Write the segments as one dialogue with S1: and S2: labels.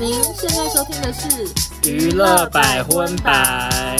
S1: 您现在收听的是《
S2: 娱乐百分百》。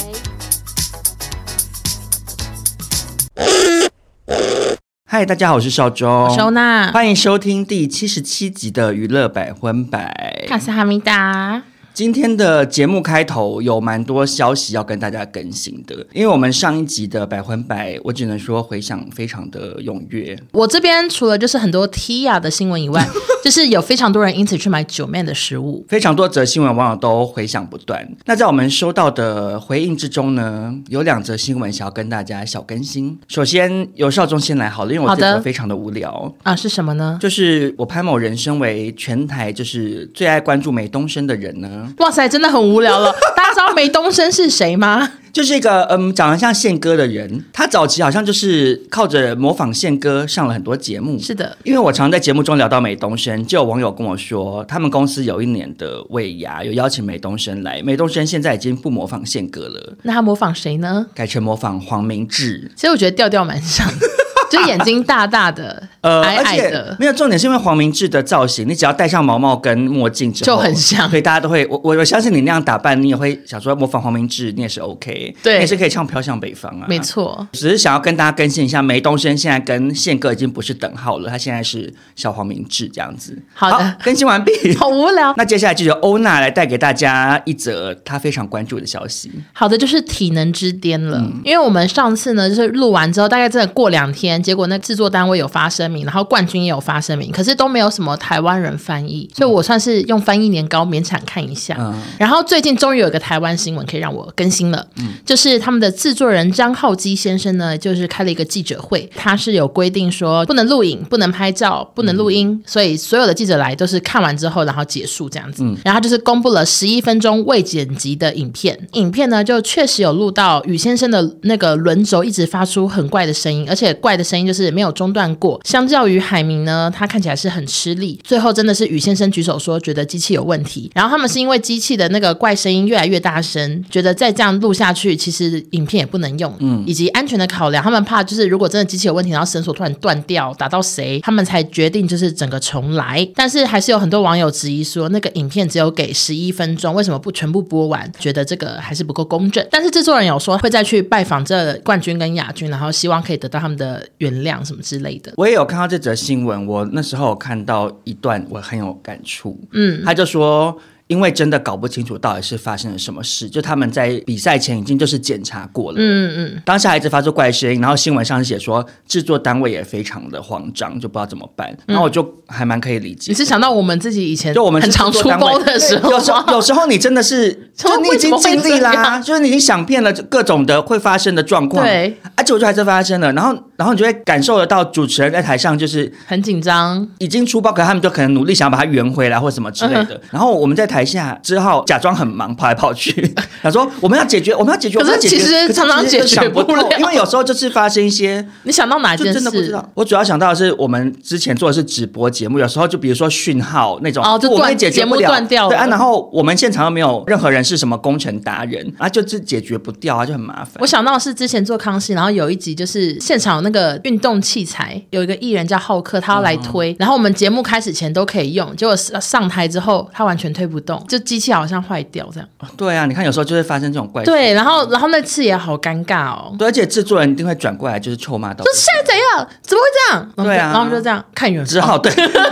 S3: 嗨，大家好，我是邵
S1: 我
S3: 忠，
S1: 收纳，
S3: 欢迎收听第七十七集的娱乐百分百。
S1: 卡斯哈密达。
S3: 今天的节目开头有蛮多消息要跟大家更新的，因为我们上一集的百分百，我只能说回响非常的踊跃。
S1: 我这边除了就是很多 Tia 的新闻以外， 就是有非常多人因此去买九妹的食物。
S3: 非常多则新闻网友都回响不断。那在我们收到的回应之中呢，有两则新闻想要跟大家小更新。首先由少忠先来好了，因为我
S1: 好
S3: 这
S1: 的
S3: 则非常的无聊。
S1: 啊，是什么呢？
S3: 就是我潘某人身为全台就是最爱关注梅东升的人呢，
S1: 哇塞，真的很无聊了。大家知道梅东升是谁吗？
S3: 就是一个嗯长得像宪哥的人。他早期好像就是靠着模仿宪哥上了很多节目。
S1: 是的，
S3: 因为我常在节目中聊到梅东升，就有网友跟我说，他们公司有一年的尾牙有邀请梅东升来，梅东升现在已经不模仿宪哥了，
S1: 那他模仿谁呢？
S3: 改成模仿黄明志。
S1: 其实我觉得调调蛮像的，就眼睛大大的，
S3: 呃，
S1: 矮矮
S3: 而且
S1: 的。
S3: 没有重点是因为黄明志的造型，你只要戴上毛帽跟墨镜之后
S1: 就很像
S3: 对，大家都会我我我相信你那样打扮，你也会想说模仿黄明志，你也是 OK，
S1: 对
S3: 你也是可以唱《飘向北方》啊，
S1: 没。错，
S3: 只是想要跟大家更新一下，梅东升现在跟宪哥已经不是等号了，他现在是小黄明志这样子。
S1: 好的
S3: 更新完毕。
S1: 好无聊。
S3: 那接下来就由欧娜来带给大家一则她非常关注的消息。
S1: 好的，就是体能之巅了。因为我们上次呢，就是录完之后，大概真的过两天，结果那制作单位有发声明，然后冠军也有发声明，可是都没有什么台湾人翻译，所以我算是用翻译年糕勉强看一下。
S3: 嗯
S1: 然后最近终于有一个台湾新闻可以让我更新了，就是他们的制作人张浩基先生呢，就是开了一个记者会，他是有规定说不能录影、不能拍照、不能录音，所以所有的记者来都是看完之后然后结束这样子。然后他就是公布了十一分钟未剪辑的影片，影片呢就确实有录到宇先生的那个轮轴一直发出很怪的声音，而且怪的声音就是没有中断过。相较于海明呢，他看起来是很吃力，最后真的是宇先生举手说觉得机器有问题，然后他们是因为机器的那个怪声音越来越大声，觉得再这样录下去，其实影片也不能用，嗯，以及安全的考量，他们怕就是如果真的机器有问题，然后绳索突然断掉打到谁，他们才决定就是整个重来。但是还是有很多网友质疑说，那个影片只有给十一分钟，为什么不全部播完？觉得这个还是不够公正。但是制作人有说会再去拜访这冠军跟亚军，然后希望可以得到他们的原谅什么之类的。
S3: 我也有看到这则新闻，我那时候有看到一段，我很有感触。
S1: 嗯，
S3: 他就说。因为真的搞不清楚到底是发生了什么事，就他们在比赛前已经就是检查过了，
S1: 嗯嗯嗯，
S3: 当下一直发出怪声音，然后新闻上是写说制作单位也非常的慌张，就不知道怎么办。然后我就还蛮可以理解
S1: 嗯你，是想到我们自己以前
S3: 就我们
S1: 很
S3: 是
S1: 常
S3: 制
S1: 出
S3: 作单
S1: 包
S3: 位
S1: 的时 候
S3: 对有时
S1: 吗
S3: 候有时候你真的是，
S1: 怎
S3: 就
S1: 么
S3: 你已经
S1: 为什么
S3: 尽力
S1: 会这样
S3: 啦，就是你已经想遍了各种的会发生的状况，
S1: 对，
S3: 而且我就还是发生了，然后然后你就会感受得到主持人在台上就是
S1: 很紧张，
S3: 已经出包，可他们就可能努力想要把它圆回来或什么之类
S1: 嗯
S3: 的。然后我们在台下之后假装很忙，跑来跑去，想说我们要解决，我们要解决，
S1: 可是
S3: 我们要解决
S1: 其实常常
S3: 可是其实
S1: 解决
S3: 想不
S1: 不了啊
S3: 透因为有时候就是发生一些
S1: 你想到哪
S3: 就
S1: 件
S3: 真的不知
S1: 事？
S3: 道。我主要想到的是，我们之前做的是直播节目，有时候就比如说讯号那种，
S1: 哦就
S3: 我们也
S1: 断
S3: 解决不
S1: 节目
S3: 了，
S1: 断掉了
S3: 对啊，然后我们现场又没有任何人是什么工程达人啊，就是解决不掉啊，就很麻烦
S1: 我。想到的是之前做康熙，然后有一集就是现场有那个运动器材，有一个艺人叫浩克，他要来
S3: 哦
S1: 推，然后我们节目开始前都可以用，结果上台之后他完全推不动，就机器好像坏掉这样。
S3: 对啊，你看有时候就会发生这种怪事。
S1: 对，然后然后那次也好尴尬哦，
S3: 对，而且制作人一定会转过来就是臭骂到
S1: 就。现在怎样？怎么会这样？然后我们就
S3: 对啊
S1: 然后我们就这样看远
S3: 只
S1: 方，
S3: 好对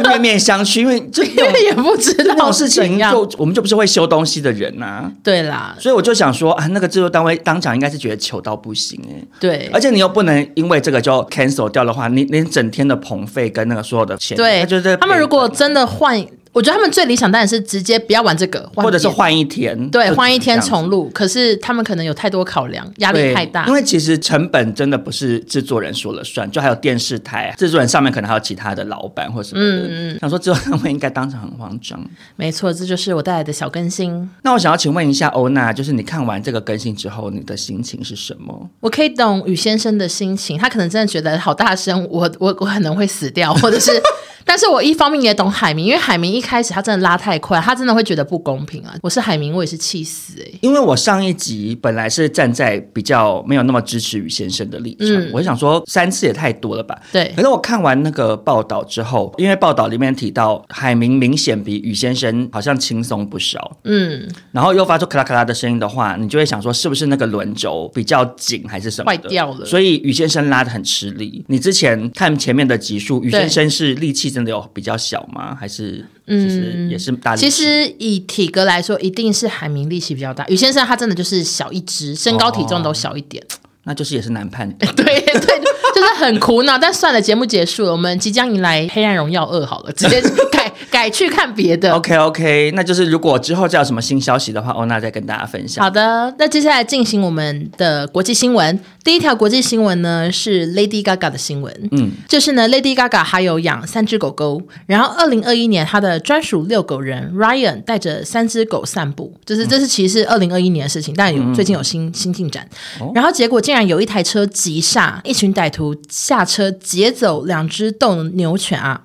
S3: 面面相觑，因为就
S1: 哦因为 也不知
S3: 那
S1: 道
S3: 种
S1: 是
S3: 事
S1: 怎
S3: 情
S1: 样。
S3: 就我们就不是会修东西的人呐、
S1: 对啦，
S3: 所以我就想说啊，那个制作单位当场应该是觉得糗到不行哎、
S1: 对
S3: 而，且你又不能因为这个就 cancel 掉的话，你连整天的棚费跟那个所有的钱，
S1: 对，
S3: 那就是
S1: 他们如果真的换，我觉得他们最理想当然是直接不要玩这个，
S3: 或者是
S1: 别的
S3: 换一天，
S1: 对，
S3: 就
S1: 换一天
S3: 这样子
S1: 重录，可是他们可能有太多考量，压力
S3: 对
S1: 太大
S3: 因。为其实成本真的不是制作人说了算，就还有电视台啊制作人上面可能还有其他的老板或什么
S1: 嗯
S3: 的。想说制作单位应该当场很慌张。
S1: 没错，这就是我带来的小更新。
S3: 那我想要请问一下欧娜，就是你看完这个更新之后，你的心情是什么？
S1: 我可以懂宇先生的心情，他可能真的觉得好大声，我我我可能会死掉，或者是 但是我一方面也懂海明，因为海明一开始他真的拉太快，他真的会觉得不公平啊。我是海明，我也是气死哎、
S3: 因为我上一集本来是站在比较没有那么支持于先生的立场，
S1: 嗯
S3: 我想说三次也太多了吧。
S1: 对
S3: 可是我看完那个报道之后，因为报道里面提到海明明显比宇先生好像轻松不少，
S1: 嗯，
S3: 然后又发出咔啦咔啦的声音的话，你就会想说是不是那个轮轴比较紧还是什么的
S1: 坏掉了
S3: 所以宇先生拉的很吃力。你之前看前面的集数，宇先生是力气真的有比较小吗？还是其实也是大力气？
S1: 嗯其实以体格来说，一定是海明力气比较大。宇先生他真的就是小一只，身高体重
S3: 哦
S1: 都小一点。
S3: 那就是也是难判 断。
S1: 对对，就是很苦恼。但算了，节目结束了，我们即将迎来《黑暗荣耀二》好了，直接改改去看别 的。
S3: OK OK，那就是如果之后再有什么新消息的话，欧娜再跟大家分享。
S1: 好的，那接下来进行我们的国际新闻。第一条国际新闻呢是 Lady Gaga 的新闻，嗯，就是呢 Lady Gaga 还有养三只狗狗，然后二零二一年她的专属遛狗人 Ryan 带着三只狗散步，就是这是其实是二零二一年的事情，但有最近有新新进展，然后结果竟然有一台车急刹，一群歹徒下车劫走两只斗牛犬啊，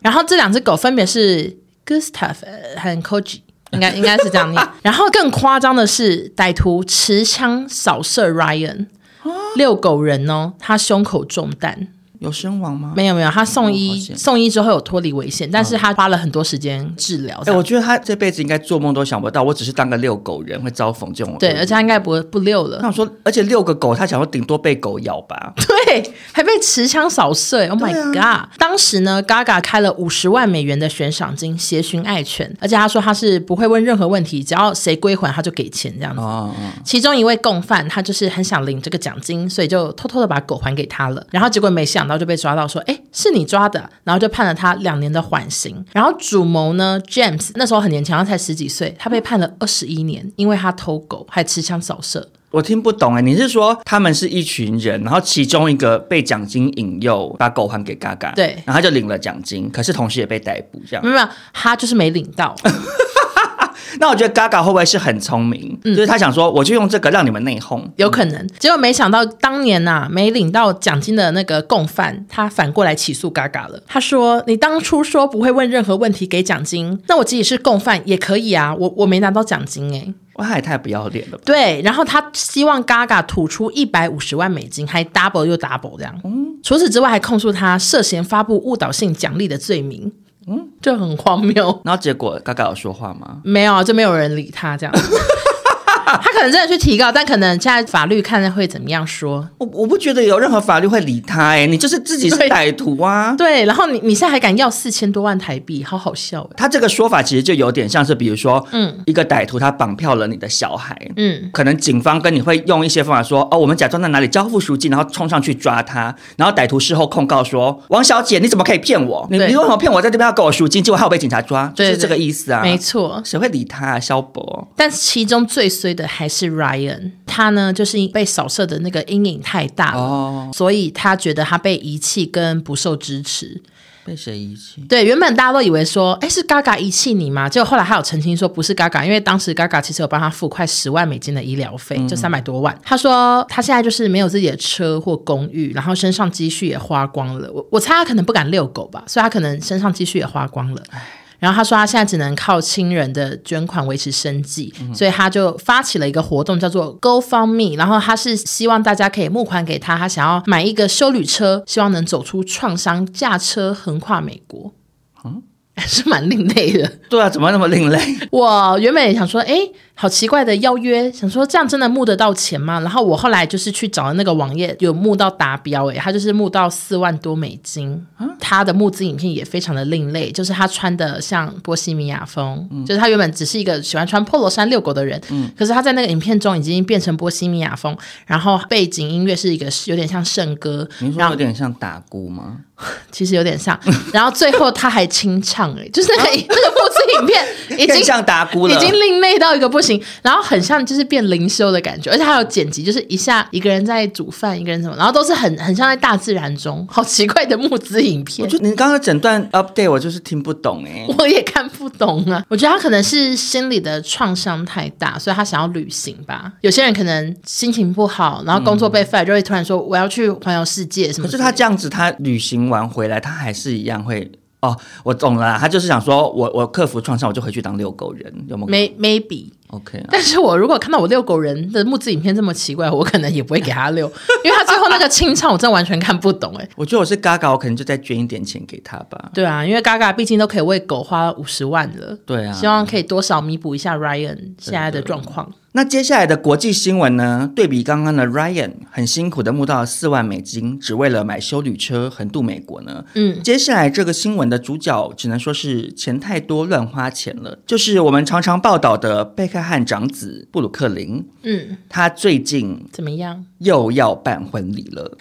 S1: 然后这两只狗分别是 Gustav 呃和 Koji。应该应该是这样 念。然后更夸张的是，歹徒持枪扫射 Ryan，遛狗人哦，他胸口中弹，
S3: 有身亡吗？
S1: 没有没有，他送
S3: 哦好
S1: 医、
S3: 险嗯
S1: 送医之后有脱离危险，但是他花了很多时间治疗这
S3: 哎、
S1: 样。
S3: 我觉得他这辈子应该做梦都想不到，我只是当个遛狗人会遭逢这种恶意。
S1: 对，而且他应该不会不遛了
S3: 那。我说，而且遛个狗，他想说顶多被狗咬 吧？
S1: 对，还被持枪扫射。Oh my god！、当
S3: 啊
S1: 时呢，Gaga 开了五十万美元的悬赏金协寻爱犬，而且他说他是不会问任何问题，只要谁归还他就给钱这样子。
S3: 哦，哦
S1: 其中一位共犯，他就是很想领这个奖金，所以就偷偷的把狗还给他了。然后结果没想到就被抓到，说：“哎，是你抓的。”然后就判了他两年的缓刑。然后主谋呢，James 那时候很年轻，他才十几岁，他被判了二十一年，因为他偷狗还持枪扫射。
S3: 我听不懂哎、你是说他们是一群人，然后其中一个被奖金引诱，把狗还给嘎嘎，
S1: 对
S3: 然后他就领了奖金，可是同时也被逮捕这样
S1: 没。有，没有，他就是没领到。
S3: 那我觉得嘎嘎会不会是很聪明？就是他想说，我就用这个让你们内讧。
S1: 有可能。结果没想到，当年呐、没领到奖金的那个共犯，他反过来起诉嘎嘎了。他说：“你当初说不会问任何问题给奖金，那我即使是共犯也可以啊，我我没拿到奖金诶、
S3: 哇，他也太不要脸了吧！
S1: 对，然后他希望 Gaga 吐出一百五十万美金，还 double 又 double 这样。除此之外，还控诉他涉嫌发布误导性奖励的罪名。嗯，就很荒谬。
S3: 然后结果嘎嘎有说话吗？
S1: 没有，啊，就没有人理他这样。他可能真的去提告，但可能现在法律看会怎么样说。
S3: 我我不觉得有任何法律会理他哎、你就是自己是
S1: 对
S3: 歹徒啊。
S1: 对，然后你你现在还敢要四千多万台币，好好笑哎。
S3: 他这个说法其实就有点像是，比如说，嗯
S1: 嗯，
S3: 一个歹徒他绑票了你的小孩，
S1: 嗯，
S3: 可能警方跟你会用一些方法说，哦，我们假装在哪里交付赎金，然后冲上去抓他，然后歹徒事后控告说，王小姐你怎么可以骗我？你
S1: 对
S3: 你为什么骗我在这边要给我赎金？结果还有被警察抓，就
S1: 对
S3: 是这个意思啊。
S1: 没错。
S3: 谁会理他啊，萧博？
S1: 但其中最衰的还是 Ryan，他呢就是被扫射的那个阴影太大了，
S3: 哦
S1: 所以他觉得他被遗弃跟不受支持。
S3: 被谁遗弃？
S1: 对，原本大家都以为说，哎，是 Gaga 遗弃你吗？结果后来他有澄清说不是 Gaga，因为当时 Gaga 其实有帮他付快十万美金的医疗费，就三百多万。他说他现在就是没有自己的车或公寓，然后身上积蓄也花光了。我我猜他可能不敢遛狗吧，所以他可能身上积蓄也花光了。然后他说他现在只能靠亲人的捐款维持生计，所以他就发起了一个活动，叫做 GoFundMe。然后他是希望大家可以募款给他，他想要买一个修旅车，希望能走出创伤，驾车横跨美国。嗯， 是蛮另类的。
S3: 对啊，怎么那么另类？
S1: 我原本也想说，哎，好奇怪的邀约，想说这样真的募得到钱吗？然后我后来就是去找了那个网页，有募到达标，哎，他就是募到四万多美金。
S3: 啊
S1: 他的募资影片也非常的另类，就是他穿的像波西米亚风，
S3: 嗯
S1: 就是他原本只是一个喜欢穿 polo 衫遛狗的人，可是他在那个影片中已经变成波西米亚风，然后背景音乐是一个有点像圣歌，
S3: 您说
S1: 然后
S3: 有点像打鼓吗？
S1: 其实有点像，然后最后他还清唱、哎，就是
S3: 啊
S1: 那个、那个募资影片已经
S3: 更像打鼓了，
S1: 已经另类到一个不行，然后很像就是变灵修的感觉，而且还有剪辑，就是一下一个人在煮饭，一个人什么，然后都是很很像在大自然中，好奇怪的募资影
S3: 我
S1: 片。
S3: 就你刚刚整段 update 我就是听不懂哎、
S1: 我也看不懂啊，我觉得他可能是心理的创伤太大，所以他想要旅行吧。有些人可能心情不好，然后工作被 fire，就会突然说我要去环游世界什么
S3: 可是
S1: 之类的。
S3: 他这样子，他旅行完回来，他还是一样会哦，我懂了啦，他就是想说我我克服创伤，我就回去当遛狗人，有没有？
S1: ，may maybe。
S3: OK 啊。
S1: 但是我如果看到我遛狗人的募资影片这么奇怪，我可能也不会给他遛，因为他最后那个清唱我真的完全看不懂哎、
S3: 我觉得我是嘎嘎，我可能就再捐一点钱给他吧。
S1: 对啊，因为 Gaga 毕竟都可以为狗花五十万了，
S3: 对啊
S1: 希望可以多少弥补一下 Ryan 现在的状况。
S3: 那接下来的国际新闻呢？对比刚刚的 Ryan 很辛苦的募到四万美金，只为了买修旅车横渡美国呢。
S1: 嗯，
S3: 接下来这个新闻的主角只能说是钱太多乱花钱了，就是我们常常报道的贝克汉长子布鲁克林，
S1: 嗯，
S3: 他最近
S1: 怎么样？
S3: 又要办婚礼了。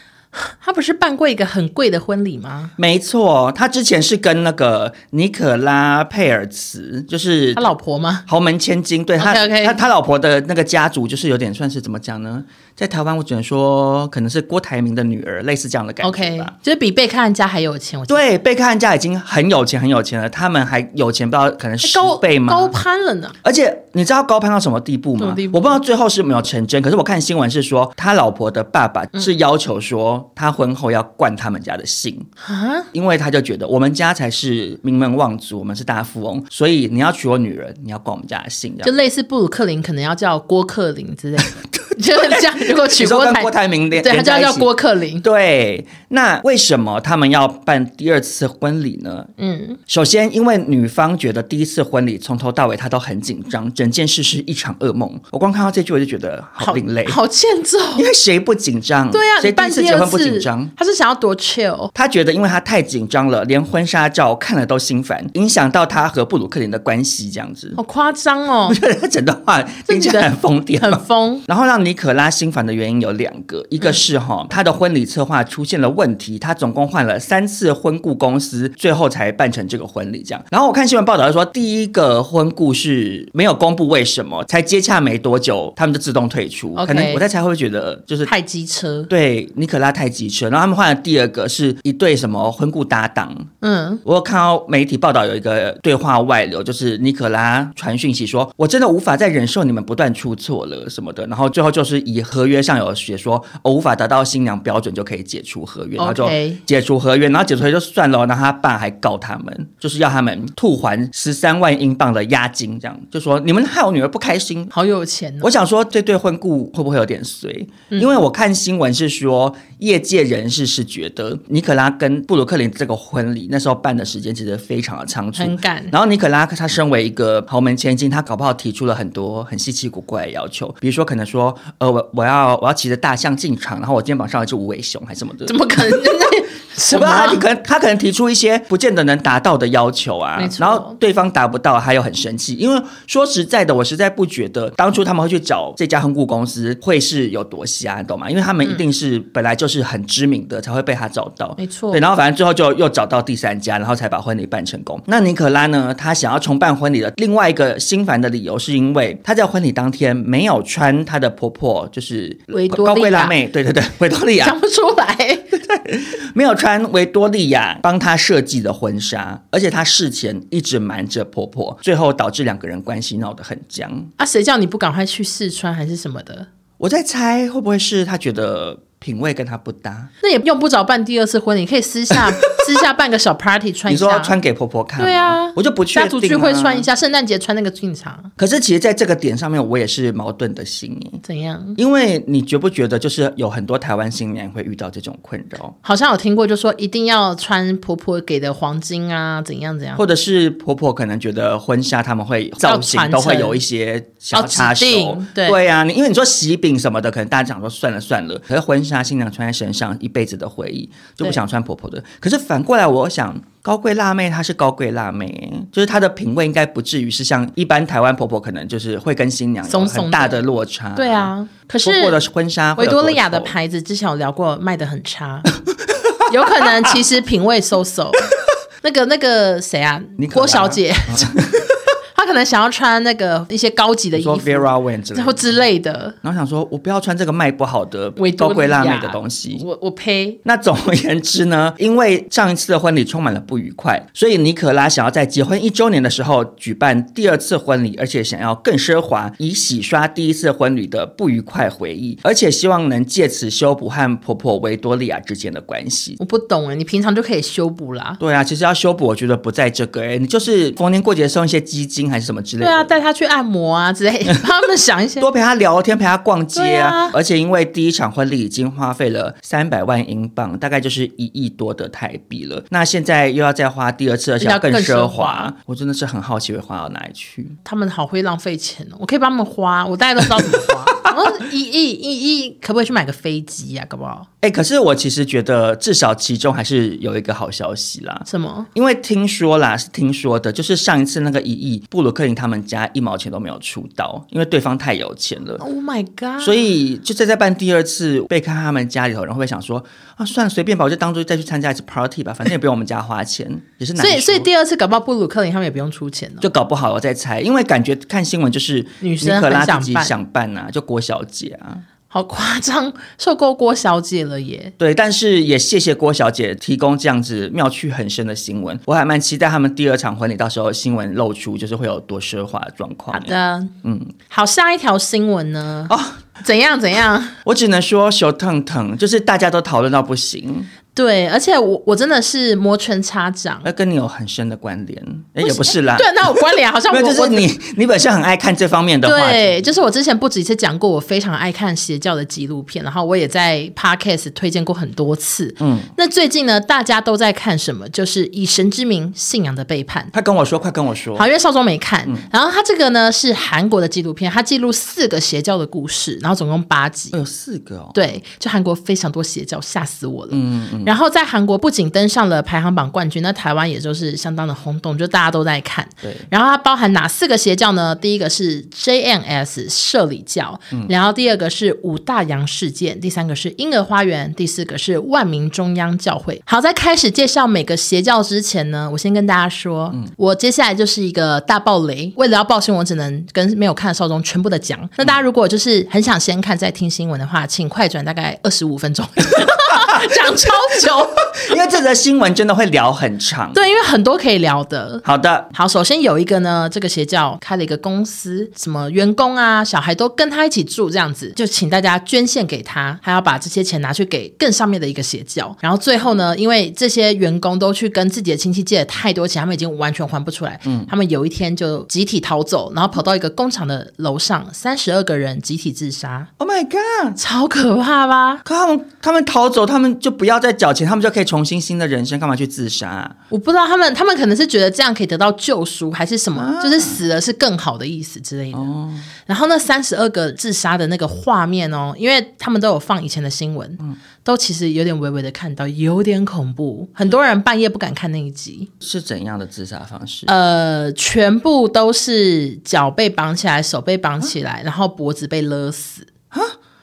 S1: 他不是办过一个很贵的婚礼吗？
S3: 没错，他之前是跟那个尼可拉佩尔茨，就是
S1: 他老婆吗？
S3: 豪门千金，对他
S1: OK，OK
S3: 他他老婆的那个家族就是有点算是怎么讲呢？在台湾我只能说可能是郭台铭的女儿，类似这样的感觉
S1: OK，
S3: 吧。
S1: 就是比贝克汉家还有钱，我觉得
S3: 对，贝克汉家已经很有钱很有钱了，他们还有钱不知道可能
S1: 哎
S3: 十
S1: 高
S3: 倍吗？
S1: 高攀了呢。
S3: 而且你知道高攀到什么地步
S1: 什
S3: 吗
S1: 么地？步
S3: 我不知道最后是没有成真，可是我看新闻是说他老婆的爸爸是要求说他婚后要灌他们家的姓，
S1: 啊，
S3: 因为他就觉得我们家才是名门望族，我们是大富翁，所以你要娶我女人，你要灌我们家的姓，这
S1: 就
S3: 样。
S1: 类似布鲁克林，可能要叫郭克林之 类的，就是这样。如果 娶
S3: 你说
S1: 郭
S3: 跟
S1: 台，
S3: 郭台铭连
S1: 对，他就要叫。
S3: 连在一起
S1: 郭克林。
S3: 对，那为什么他们要办第二次婚礼呢？
S1: 嗯，
S3: 首先，因为女方觉得第一次婚礼从头到尾她都很紧张，整件事是一场噩梦。我光看到这句我就觉得好另类，
S1: 好欠揍。
S3: 因为谁不紧张？
S1: 对啊，
S3: 谁第
S1: 你
S3: 一
S1: 办
S3: 次
S1: 第
S3: 结
S1: 二
S3: 婚不紧张？
S1: 他是想要多 chill。
S3: 他觉得，因为他太紧张了，连婚纱照看了都心烦，影响到他和布鲁克林的关系，这样子。
S1: 好夸张哦
S3: 我，觉得他整段话听起来很疯癫
S1: 很
S3: 嘛。
S1: 疯。
S3: 然后让尼可拉心烦的原因有两个，一个是哈、他的婚礼策划出现了问题，他总共换了三次婚顾公司，最后才办成这个婚礼这样。然后我看新闻报道说，第一个婚顾是没有公布为什么，才接洽没多久，他们就自动退出。
S1: OK
S3: 可能我在猜会不会觉得就是
S1: 太机车，
S3: 对尼可拉太急车，然后他们换了第二个是一对什么婚顾搭档，
S1: 嗯，
S3: 我有看到媒体报道有一个对话外流，就是尼可拉传讯息说：“我真的无法再忍受你们不断出错了什么的。”然后最后就是以合约上有写说，哦我、无法达到新娘标准就可以解除合约，然后就
S1: OK
S3: 解除合约，然后解除合约就算了，然后他爸还告他们，就是要他们吐还十三万英镑的押金，这样就说你们害我女儿不开心，
S1: 好有钱哦。嗯
S3: 我想说，这对婚顾会不会有点随？因为我看新闻是说，业界人士是觉得尼可拉跟布鲁克林这个婚礼那时候办的时间其实非常的仓促
S1: 很。赶，
S3: 然后尼可拉他身为一个豪门千金，他搞不好提出了很多很稀奇古怪的要求，比如说可能说，呃，我我要我要骑着大象进场，然后我肩膀上有一只无尾熊还是什么的。
S1: 怎么 可能？那什
S3: 我不知道
S1: 么啊
S3: 他可能他可能提出一些不见得能达到的要求啊
S1: 没，错
S3: 然后对方达不到，他又很生气。因为说实在的，我实在不觉得当初他们会去找这家婚顾公司会是有多瞎，你懂吗？因为他们一定是、本来就是很知名的，才会被他找到。
S1: 嗯没错
S3: 对，然后反正最后就又找到第三家，然后才把婚礼办成功。那尼可拉呢？她想要重办婚礼的另外一个心烦的理由，是因为她在婚礼当天没有穿她的婆婆，就是
S1: 维多利亚
S3: 高贵辣妹，对对对，维多利亚
S1: 讲不出来。
S3: 没有穿维多利亚帮她设计的婚纱，而且她事前一直瞒着婆婆，最后导致两个人关系闹得很僵。
S1: 啊，谁叫你不赶快去试穿还是什么的？
S3: 我在猜会不会是她觉得品味跟她不搭？
S1: 那也用不着办第二次婚礼，可以私下 私下办个小 party 穿一
S3: 你
S1: 下
S3: 说。穿给婆婆看吗？
S1: 对啊，
S3: 我就不确定、啊。
S1: 家族聚会穿一。下，圣诞节穿那个进场
S3: 可是其实在这个点上面，我也是矛盾的心耶
S1: 怎样？
S3: 因为你觉不觉得就是有很多台湾新娘会遇到这种困扰？
S1: 好像有听过，就说一定要穿婆婆给的黄金啊，怎样怎样。
S3: 或者是婆婆可能觉得婚纱他们会造型
S1: 传承
S3: 都会有一些小插手
S1: 哦指定，对
S3: 啊，你因为你说喜饼什么的，可能大家讲说算了算了，可是婚纱新娘穿在身上一辈子的回忆，就不
S1: 对
S3: 想穿婆婆的。可是反过来，我想高贵辣妹她是高贵辣妹，就是她的品味应该不至于是像一般台湾婆婆可能就是会跟新娘有
S1: 松松
S3: 很
S1: 的
S3: 大的落差，
S1: 对。啊，可是
S3: 婆婆的婚纱会
S1: 维
S3: 有
S1: 多利亚的
S3: 多丑
S1: 牌子之前有聊过，卖的很差， 有可能其 实品味 so so。那个那个谁啊
S3: 尼，可拉
S1: 郭小姐，他可能想要穿那个一些高级的
S3: 你
S1: 衣
S3: 说
S1: 服，
S3: Vera Wang 之类
S1: 然后
S3: 的，
S1: 之类的，
S3: 然后想说，我不要穿这个卖不好的
S1: 维
S3: 高
S1: 多
S3: 贵
S1: 利亚
S3: 辣妹的东西。
S1: 我我呸，
S3: 那总而言之呢，因为上一次的婚礼充满了不愉快，所以尼可拉想要在结婚一周年的时候举办第二次婚礼，而且想要更奢华，以洗刷第一次婚礼的不愉快回忆，而且希望能借此修补和婆婆维多利亚之间的关系。
S1: 我不懂哎，你平常就可以修补啦。
S3: 对啊，其实要修补，我觉得不在这个哎、你就是逢年过节送一些鸡精还是什么之类
S1: 对
S3: 的。
S1: 啊，带他去按摩啊之类，帮他们想一些。
S3: 多陪他聊天，陪他逛街
S1: 对
S3: 啊！
S1: 啊
S3: 而且因为第一场婚礼已经花费了三百万英镑，大概就是一亿多的台币了。那现在又要再花第二次，而且要更
S1: 更
S3: 奢华
S1: 奢华。
S3: 我真的是很好奇会花到哪里去。
S1: 他们好会浪费钱哦，我可以帮他们花，我大家都知道怎么花。我说一亿一亿，可不可以去买个飞机呀、啊？搞不好
S3: 哎，可是我其实觉得，至少其中还是有一个好消息啦。
S1: 什么？
S3: 因为听说啦，是听说的，就是上一次那个一亿，布鲁克林他们家一毛钱都没有出到，因为对方太有钱了。
S1: Oh my god！
S3: 所以就再再办第二次，贝克汉他们家里头，然后会想说啊，算了，随便吧，我就当做再去参加一次 party 吧，反正也不用我们家花钱，也是难
S1: 所
S3: 说。
S1: 以所以第二次搞不好布鲁克林他们也不用出钱哦了。
S3: 就搞不好我在猜，因为感觉看新闻就是
S1: 女生
S3: 尼可拉
S1: 很想
S3: 自己
S1: 办
S3: 想办啊，就郭小姐啊，
S1: 好夸张，受够郭小姐了耶！
S3: 对，但是也谢谢郭小姐提供这样子妙趣横生的新闻，我还蛮期待他们第二场婚礼到时候新闻露出就是会有多奢华的状况。
S1: 好的，嗯，好，下一条新闻呢？
S3: 哦，
S1: 怎样怎样？
S3: 我只能说手腾腾，就是大家都讨论到不行，
S1: 对，而且我我真的是摩拳擦掌。
S3: 呃那跟你有很深的关联，哎也不是啦，
S1: 对，那我关联好像
S3: 没
S1: 我
S3: 有，就
S1: 我
S3: 是你你本身很爱看这方面的话题，
S1: 对，就是我之前不止一次讲过，我非常爱看邪教的纪录片，然后我也在 podcast 推荐过很多次。嗯，那最近呢，大家都在看什么？就是以神之名，信仰的背叛。
S3: 快跟我说，快跟我说
S1: 好，。因为少中没看。然后它这个呢是韩国的纪录片，它记录四个邪教的故事，然后总共八集
S3: 哦。有四个哦，
S1: 对，就韩国非常多邪教，吓死我了。然后在韩国不仅登上了排行榜冠军，那台湾也就是相当的轰动，就大家都在看。
S3: 对
S1: 然后它包含哪四个邪教呢？第一个是 JNS 社里教，然后第二个是五大洋事件，第三个是婴儿花园，第四个是万民中央教会。好，在开始介绍每个邪教之前呢，我先跟大家说，我接下来就是一个大爆雷。为了要报新闻，我只能跟没有看的少中全部的讲。那大家如果就是很想先看再听新闻的话，请快转大概二十五分钟， 讲超久。
S3: 因为这则新闻真的会聊很长。，
S1: 对，因为很多可以聊的。
S3: 好的，
S1: 好，首先有一个呢，这个邪教开了一个公司，什么员工啊、小孩都跟他一起住，这样子就请大家捐献给他，还要把这些钱拿去给更上面的一个邪教。然后最后呢，因为这些员工都去跟自己的亲戚借了太多钱，他们已经完全还不出来，他们有一天就集体逃走，然后跑到一个工厂的楼上，三十二个人集体自杀，
S3: ，Oh my god！
S1: 超可怕吧？
S3: 可他们他们逃走，他们就不要再缴钱，他们就可以重新新的人生，干嘛去自杀、啊？
S1: 我不知道他们，他们可能是觉得这样可以得到救赎，还是什么，就是死了是更好的意思之类的。然后那三十二个自杀的那个画面哦，因为他们都有放以前的新闻，都其实有点微微的看到，有点恐怖。很多人半夜不敢看那一集，
S3: 是怎样的自杀方式？
S1: 呃，全部都是脚被绑起来，手被绑起来，然后脖子被勒死。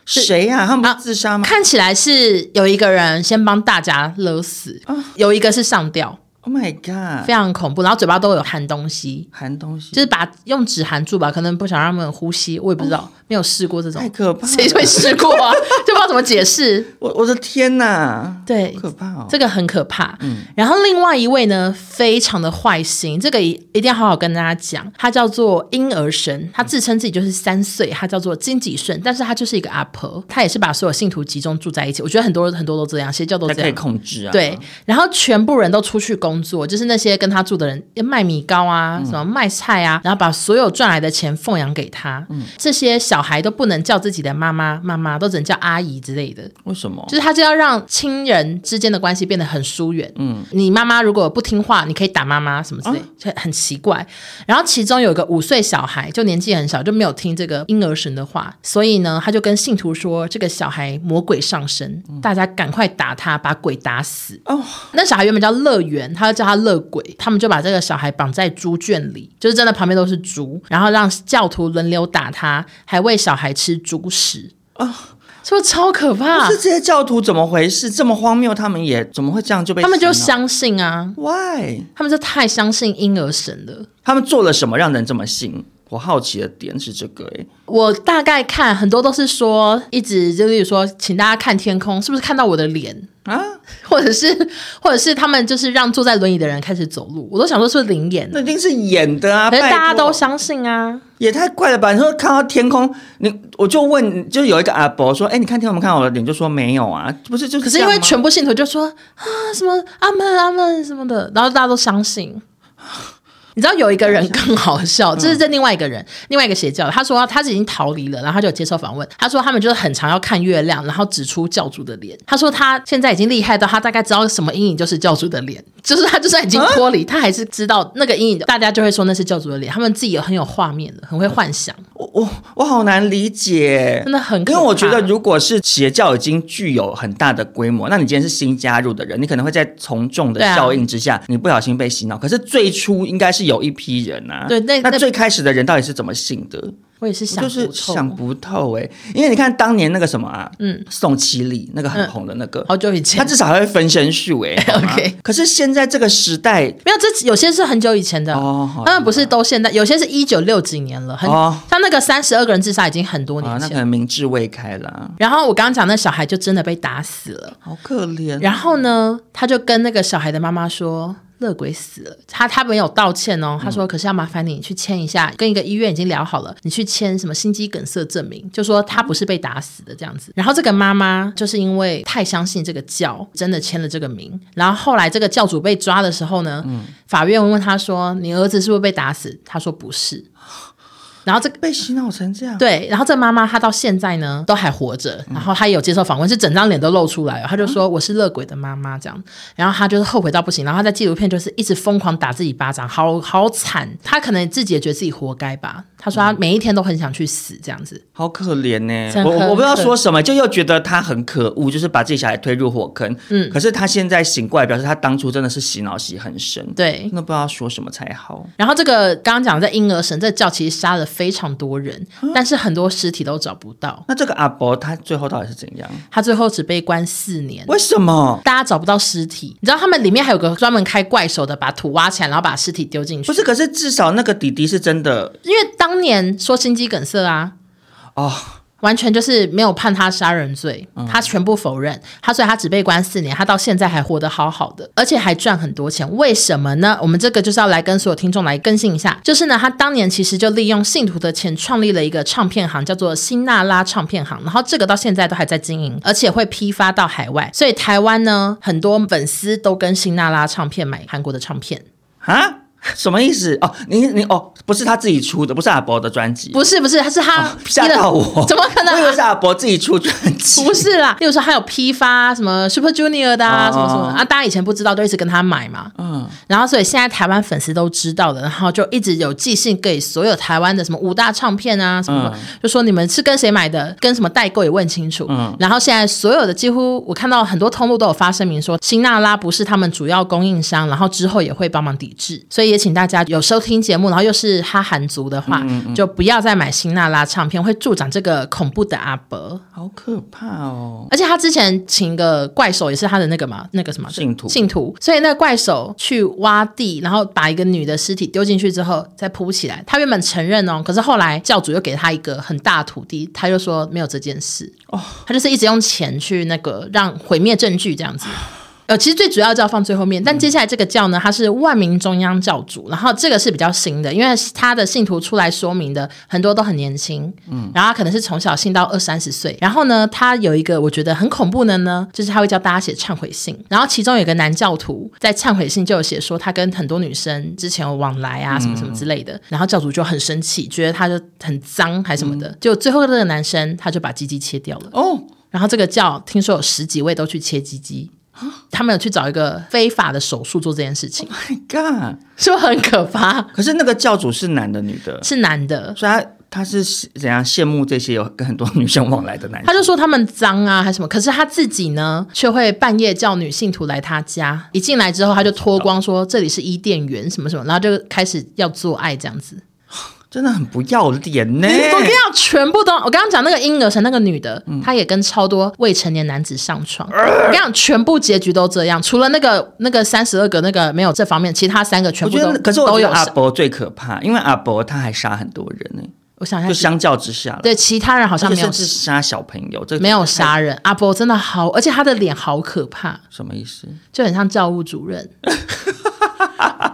S3: 谁呀、他们不是自杀吗、
S1: 看起来是有一个人先帮大家勒死，有一个是上吊，
S3: o h？Oh my god！
S1: 非常恐怖，然后嘴巴都有含东西。
S3: 含东西，
S1: 就是把用纸含住吧，可能不想让他们呼吸，我也不知道，没有试过这
S3: 哦
S1: 种
S3: 太，可怕了！
S1: 谁会试过啊？ 就不知道怎么解释。
S3: 我我的天哪，
S1: 对
S3: 好，可怕哦！嗯
S1: 这个很可怕。然后另外一位呢，非常的坏心，这个一一定要好好跟大家讲，他叫做婴儿神，他自称自己就是三岁，他叫做金吉顺，但是他就是一个阿婆，他也是把所有信徒集中住在一起。我觉得很多很多都这样，邪教都
S3: 他
S1: 这
S3: 可以
S1: 样。
S3: 控制啊！
S1: 对，然后全部人都出去工作，就是那些跟他住的人卖米糕啊，什么卖菜啊，然后把所有赚来的钱奉养给他。这些小孩都不能叫自己的妈妈妈妈，都只能叫阿姨之类的。
S3: 为什么？
S1: 就是他就要让亲人之间的关系变得很疏远。嗯，啊你妈妈如果不听话，你可以打妈妈什么之类，就很奇怪。然后其中有一个五岁小孩，就年纪很小，就没有听这个婴儿神的话，所以呢，他就跟信徒说，这个小孩魔鬼上身，大家赶快打他，把鬼打死。
S3: 哦，
S1: 那小孩原本叫乐园，他就叫他乐鬼，他们就把这个小孩绑在猪圈里，就是真的旁边都是猪，然后让教徒轮流打他，还喂小孩吃猪食。是不是超可怕
S3: 不？是这些教徒怎么回事？这么荒谬，他们也怎么会这样就被
S1: 他们就
S3: 洗脑
S1: 相信啊，
S3: why？
S1: 他们就太相信婴儿神了。
S3: 他们做了什么让人这么信？我好奇的点是这个、欸，
S1: 我大概看很多都是说，一直就例如说，请大家看天空，是不是看到我的脸？
S3: 啊，
S1: 或者是，或者是他们就是让坐在轮椅的人开始走路，我都想说是不是灵眼，
S3: 那一定是演的啊！
S1: 可是大家
S3: 拜托
S1: 都相信啊。
S3: 也太快了吧！你说看到天空，你我就问，就有一个阿伯说：“哎、你看天空有没有看到我的脸？”就说没有啊，不是就是
S1: 可
S3: 这
S1: 是因
S3: 样吗
S1: 为全部信徒就说啊什么阿门阿门什么的，然后大家都相信。 你知道有一个人更好笑，
S3: 嗯
S1: 这是这另外一个人，另外一个邪教，他说他已经逃离了，然后他就有接受访问，他说他们就是很常要看月亮，然后指出教主的脸。他说他现在已经厉害到他大概知道什么阴影就是教主的脸， 就是他就算已经脱离，他还是知道那个阴影，大家就会说那是教主的脸，他们自己有很有画面的，很会幻想，
S3: 我我我好难理解，
S1: 真的很
S3: 嗯
S1: 可
S3: 因
S1: 怕
S3: 为我觉得如果是邪教已经具有很大的规模，那你今天是新加入的人，你可能会在从众的
S1: 对啊
S3: 效应之下，你不小心被洗脑。可是最初应该是有一批人啊，
S1: 对那
S3: 那
S1: 那
S3: 最开始的人到底是怎么信的？
S1: 我也是
S3: 我
S1: 想
S3: 就
S1: 不
S3: 是
S1: 透，
S3: 想不透哎、因为你看当年那个什么啊，
S1: 嗯
S3: 嗯，宋七力那个很
S1: 嗯
S3: 红的那个，
S1: 好久以前
S3: 他至少还会分身术 哎、好吗
S1: OK
S3: 可是现在这个时代
S1: 没有，这有些是很久以前的，啊
S3: 哦好
S1: 当然不是都现在，有些是一九六几年了，很、
S3: 哦
S1: 像那个三十二个人自杀已经很多
S3: 啊，
S1: 年
S3: 那可
S1: 前。
S3: 能明智未开啦，
S1: 然后我刚刚讲那小孩就真的被打死了，
S3: 好可怜。
S1: 然后呢，他就跟那个小孩的妈妈说。乐鬼死了，他他没有道歉哦，他说可是要麻烦你去签一下，跟一个医院已经聊好了，你去签什么心肌梗塞证明，就说他不是被打死的这样子。然后这个妈妈就是因为太相信这个教，真的签了这个名。然后后来这个教主被抓的时候呢，法院问他说你儿子是不是被打死？他说不是。然后这个
S3: 被洗脑成这样，
S1: 对，然后这妈妈她到现在呢都还活着，然后她也有接受访问，是整张脸都露出来了，哦她就说我是乐鬼的妈妈这样，然后她就是后悔到不行，然后她在纪录片就是一直疯狂打自己巴掌，好好惨，她可能自己也觉得自己活该吧，她说她每一天都很想去死这样子，
S3: 好可怜呢、
S1: 真
S3: 我我我不知道
S1: 很可
S3: 说什么，就又觉得他很可恶，就是把自己小孩推入火坑。
S1: 嗯
S3: 可是他现在醒过来，表示他当初真的是洗脑洗很深。，
S1: 对
S3: 真。的不知道说什么才好。
S1: 然后这个刚刚讲在婴儿神这教其实杀了非常多人，
S3: 嗯
S1: 但是很多尸体都找不到，
S3: 那这个阿伯他最后到底是怎样？
S1: 他最后只被关四年。
S3: 为什么？
S1: 大家找不到尸体，你知道他们里面还有个专门开怪手的，把土挖起来，然后把尸体丢进去。
S3: 不是，可是至少那个弟弟是真的
S1: 因为当年说心肌梗塞啊，
S3: 哦，
S1: 完全就是没有判他杀人罪，
S3: 嗯
S1: 他全部否认，他所以他只被关四年，他到现在还活得好好的，而且还赚很多钱，为什么呢？我们这个就是要来跟所有听众来更新一下，就是呢，他当年其实就利用信徒的钱创立了一个唱片行，叫做新娜拉唱片行，然后这个到现在都还在经营，而且会批发到海外，所以台湾呢，很多粉丝都跟新娜拉唱片买韩国的唱片。
S3: 啊？什么意思？哦，你你哦，不是他自己出的，不是阿伯的专辑，
S1: 不是不是，他是他批
S3: 哦吓
S1: 了，
S3: 到我，
S1: 怎么可能？
S3: 我以为是阿伯自己出专辑，
S1: 不是啦，例如说还有批发什么 Super Junior 的啊，
S3: 哦
S1: 什么什么的啊，大家以前不知道，都一直跟他买嘛。
S3: 嗯，
S1: 然后所以现在台湾粉丝都知道了，然后就一直有寄信给所有台湾的什么五大唱片啊，什么什么，
S3: 嗯
S1: 就说你们是跟谁买的，跟什么代购也问清楚。
S3: 嗯
S1: 然后现在所有的几乎我看到很多通路都有发声明说，新娜拉不是他们主要供应商，然后之后也会帮忙抵制。所以也请大家有收听节目，然后又是哈韩族的
S3: 嗯
S1: 话，就不要再买新娜拉唱片，会助长这个恐怖的阿伯。
S3: 好可怕哦。
S1: 而且他之前请个怪手，也是他的那个嘛，那个什么
S3: 信徒
S1: 信徒，所以那个怪手去挖地，然后把一个女的尸体丢进去之后再铺起来。他原本承认哦，可是后来教主又给他一个很大的土地，他就说没有这件事。哦，他就是一直用钱去那个让毁灭证据这样子。呃，其实最主要教放最后面，但接下来这个教呢，它是万民中央教主，然后这个是比较新的，因为他的信徒出来说明的很多都很年轻，嗯，然后他可能是从小信到二三十岁，然后呢，他有一个我觉得很恐怖的呢，就是他会教大家写忏悔信，然后其中有一个男教徒在忏悔信就有写说他跟很多女生之前有往来啊，什么什么之类的，然后教主就很生气，觉得他就很脏还什么的，就最后那个男生他就把鸡鸡切掉了。
S3: 哦，
S1: 然后这个教听说有十几位都去切鸡鸡，他们有去找一个非法的手术做这件事情，
S3: My God！
S1: 是不是很可怕？
S3: 可是那个教主是男的女的，
S1: 是男的，
S3: 所以他他是怎样羡慕这些有跟很多女生往来的男
S1: 他
S3: 生？
S1: 就说他们脏啊，还是什么？可是他自己呢，却会半夜叫女信徒来他家。一进来之后，他就脱光说这里是伊甸园什么什么，然后就开始要做爱这样子。
S3: 真的很不要脸呢、
S1: 我跟你讲，全部都，我刚刚讲那个婴儿城那个女的，
S3: 嗯
S1: 她也跟超多未成年男子上床。我跟你讲，全部结局都这样，除了那个那个三十二个那个没有这方面，其他三个全
S3: 我
S1: 部
S3: 觉
S1: 都
S3: 得，可啊是我
S1: 都
S3: 觉
S1: 有
S3: 得阿
S1: 上。
S3: 伯最可怕，因为阿伯他还杀很多人呢、
S1: 我想一
S3: 就
S1: 下，
S3: 相较之下啦，
S1: 对其他人好像
S3: 而且
S1: 没有
S3: 甚至杀小朋友，这
S1: 没有
S3: 太
S1: 杀人，阿伯真的好，而且他的脸好可怕，
S3: 什么意思？
S1: 就很像教务主 任。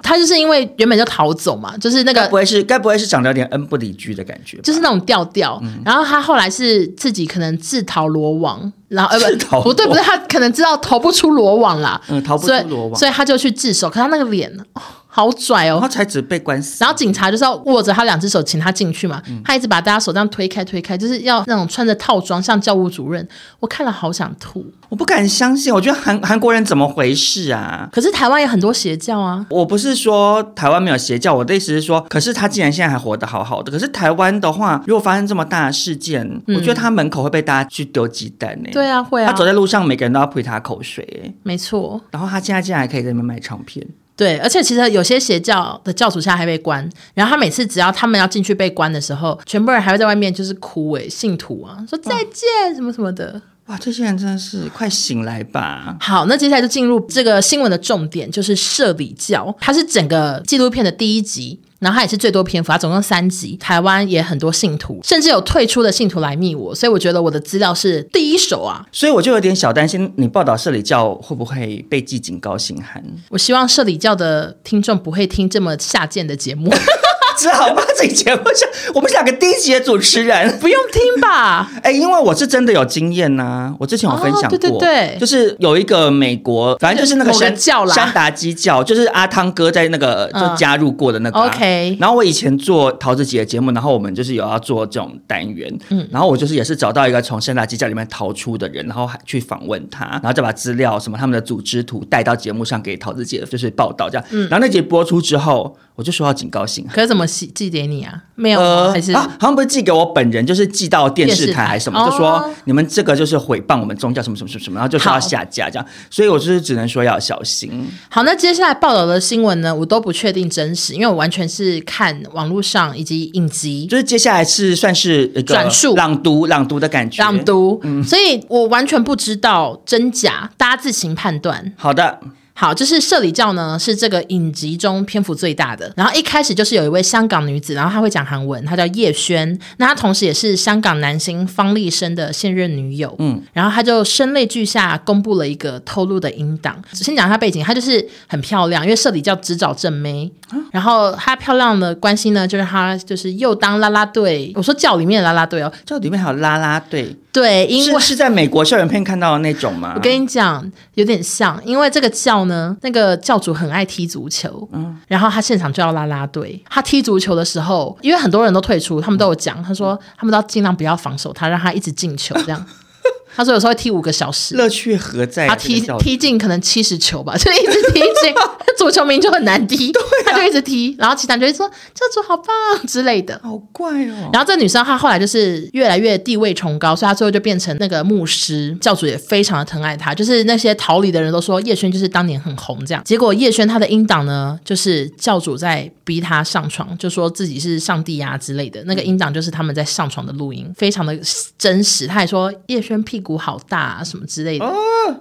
S1: 他就是因为原本就逃走嘛，就是那个
S3: 该不会是该不会是长得有点恩不理居的感觉吧？
S1: 就是那种调调。
S3: 嗯
S1: 然后他后来是自己可能自投罗网，然后呃
S3: 自投
S1: 不不对不对，他可能知道投不出罗网啦，
S3: 嗯逃不出
S1: 所以
S3: 罗网
S1: 所以他就去自首。可他那个脸、哦、好拽
S3: 然后
S1: 哦。
S3: 才只被关死。
S1: 然后警察就是要握着他两只手，请他进去嘛。
S3: 嗯
S1: 他一直把大家手这样推开推开，就是要那种穿着套装，像教务主任。我看了好想吐。
S3: 我不敢相信，我觉得韩韩国人怎么回事啊？
S1: 可是台湾也很多邪教啊，
S3: 我不是说台湾没有邪教，我的意思是说，可是他既然现在还活得好好的，可是台湾的话，如果发生这么大的事件，我觉得他门口会被大家去丢鸡蛋呢、
S1: 嗯对啊会啊
S3: 他走在路上，每个人都要泼他口水、欸。
S1: 没错。
S3: 然后他现在竟然还可以在那边卖唱片，
S1: 对，而且其实有些邪教的教主现在还被关，然后他每次只要他们要进去被关的时候，全部人还会在外面就是哭诶、信徒啊，说再见什么什么的。
S3: 哇，这些人真的是快醒来吧！
S1: 好，那接下来就进入这个新闻的重点，就是社里教，它是整个纪录片的第一集。然后它也是最多篇幅，它总共三集。台湾也很多信徒，甚至有退出的信徒来密我，所以我觉得我的资料是第一手啊。
S3: 所以我就有点小担心，你报道社里教会不会被记警告信函？
S1: 我希望社里教的听众不会听这么下贱的节目，
S3: 是啊好吗？这节目是我们是两个低级的主持人。
S1: 不用听吧？
S3: 哎、因为我是真的有经验呐、我之前有分享过，
S1: 哦对对对
S3: 就是有一个美国，反正就是那个
S1: 某个
S3: 山
S1: 教啦
S3: 山达基教，就是阿汤哥在那个
S1: 嗯
S3: 就加入过的那个啊、
S1: OK
S3: 然后我以前做桃子姐的节目，然后我们就是有要做这种单元，嗯，然后我就是也是找到一个从山达基教里面逃出的人，然后还去访问他，然后再把资料什么他们的组织图带到节目上给桃子姐就是报道这样，嗯，然后那节播出之后，我就收到警告信函。
S1: 可是怎么寄寄给你啊？没有吗，
S3: 呃，
S1: 还是、
S3: 啊，好像不是寄给我本人，就是寄到电视台还是什么，
S1: 电
S3: 就
S1: 视台
S3: 说
S1: 哦
S3: 你们这个就是诽谤我们宗教什么什么什么什么，然后就说要
S1: 好嗯
S3: 下架这样，所以我就是只能说要小心。
S1: 好？那接下来报道的新闻呢，我都不确定真实，因为我完全是看网络上以及影集
S3: 就是接下来是算是一个
S1: 转述
S3: 朗读朗读的感觉，
S1: 朗。读，所以我完全不知道真假，大家自行判断。
S3: 好的，
S1: 好，就是社里教呢是这个影集中篇幅最大的。然后一开始就是有一位香港女子，然后她会讲韩文，她叫叶轩，那她同时也是香港男星方力申的现任女友。嗯，然后她就声泪俱下公布了一个透露的音档。先讲她背景，她就是很漂亮，因为社里教只找正妹。然后她漂亮的关系呢，就是她就是又当啦啦队，我说教里面的啦啦队哦，
S3: 这里面还有啦啦队，
S1: 对，因为
S3: 是是在美国校园片看到的那种吗？
S1: 我跟你讲，有点像，因为这个教呢，那个教主很爱踢足球，嗯，然后他现场就要拉拉队。他踢足球的时候，因为很多人都退出，他们都有讲，他说他们都要尽量不要防守他，让他一直进球这样。他说有时候会踢五个小时，
S3: 乐趣何在
S1: 他
S3: 啊？
S1: 踢
S3: 这个教
S1: 踢进可能七十球吧，就 一直踢进。足球名就很难踢，他就一直踢，然后其他人就会说教主好棒之类的。
S3: 好怪哦。
S1: 然后这女生她后来就是越来越地位崇高，所以她最后就变成那个牧师，教主也非常的疼爱她。就是那些逃离的人都说叶轩就是当年很红这样。结果叶轩她的音档呢，就是教主在逼她上床，就说自己是上帝呀、之类的。那个音档就是他们在上床的录音，非常的真实。她还说叶轩屁股好大、啊、什么之类的，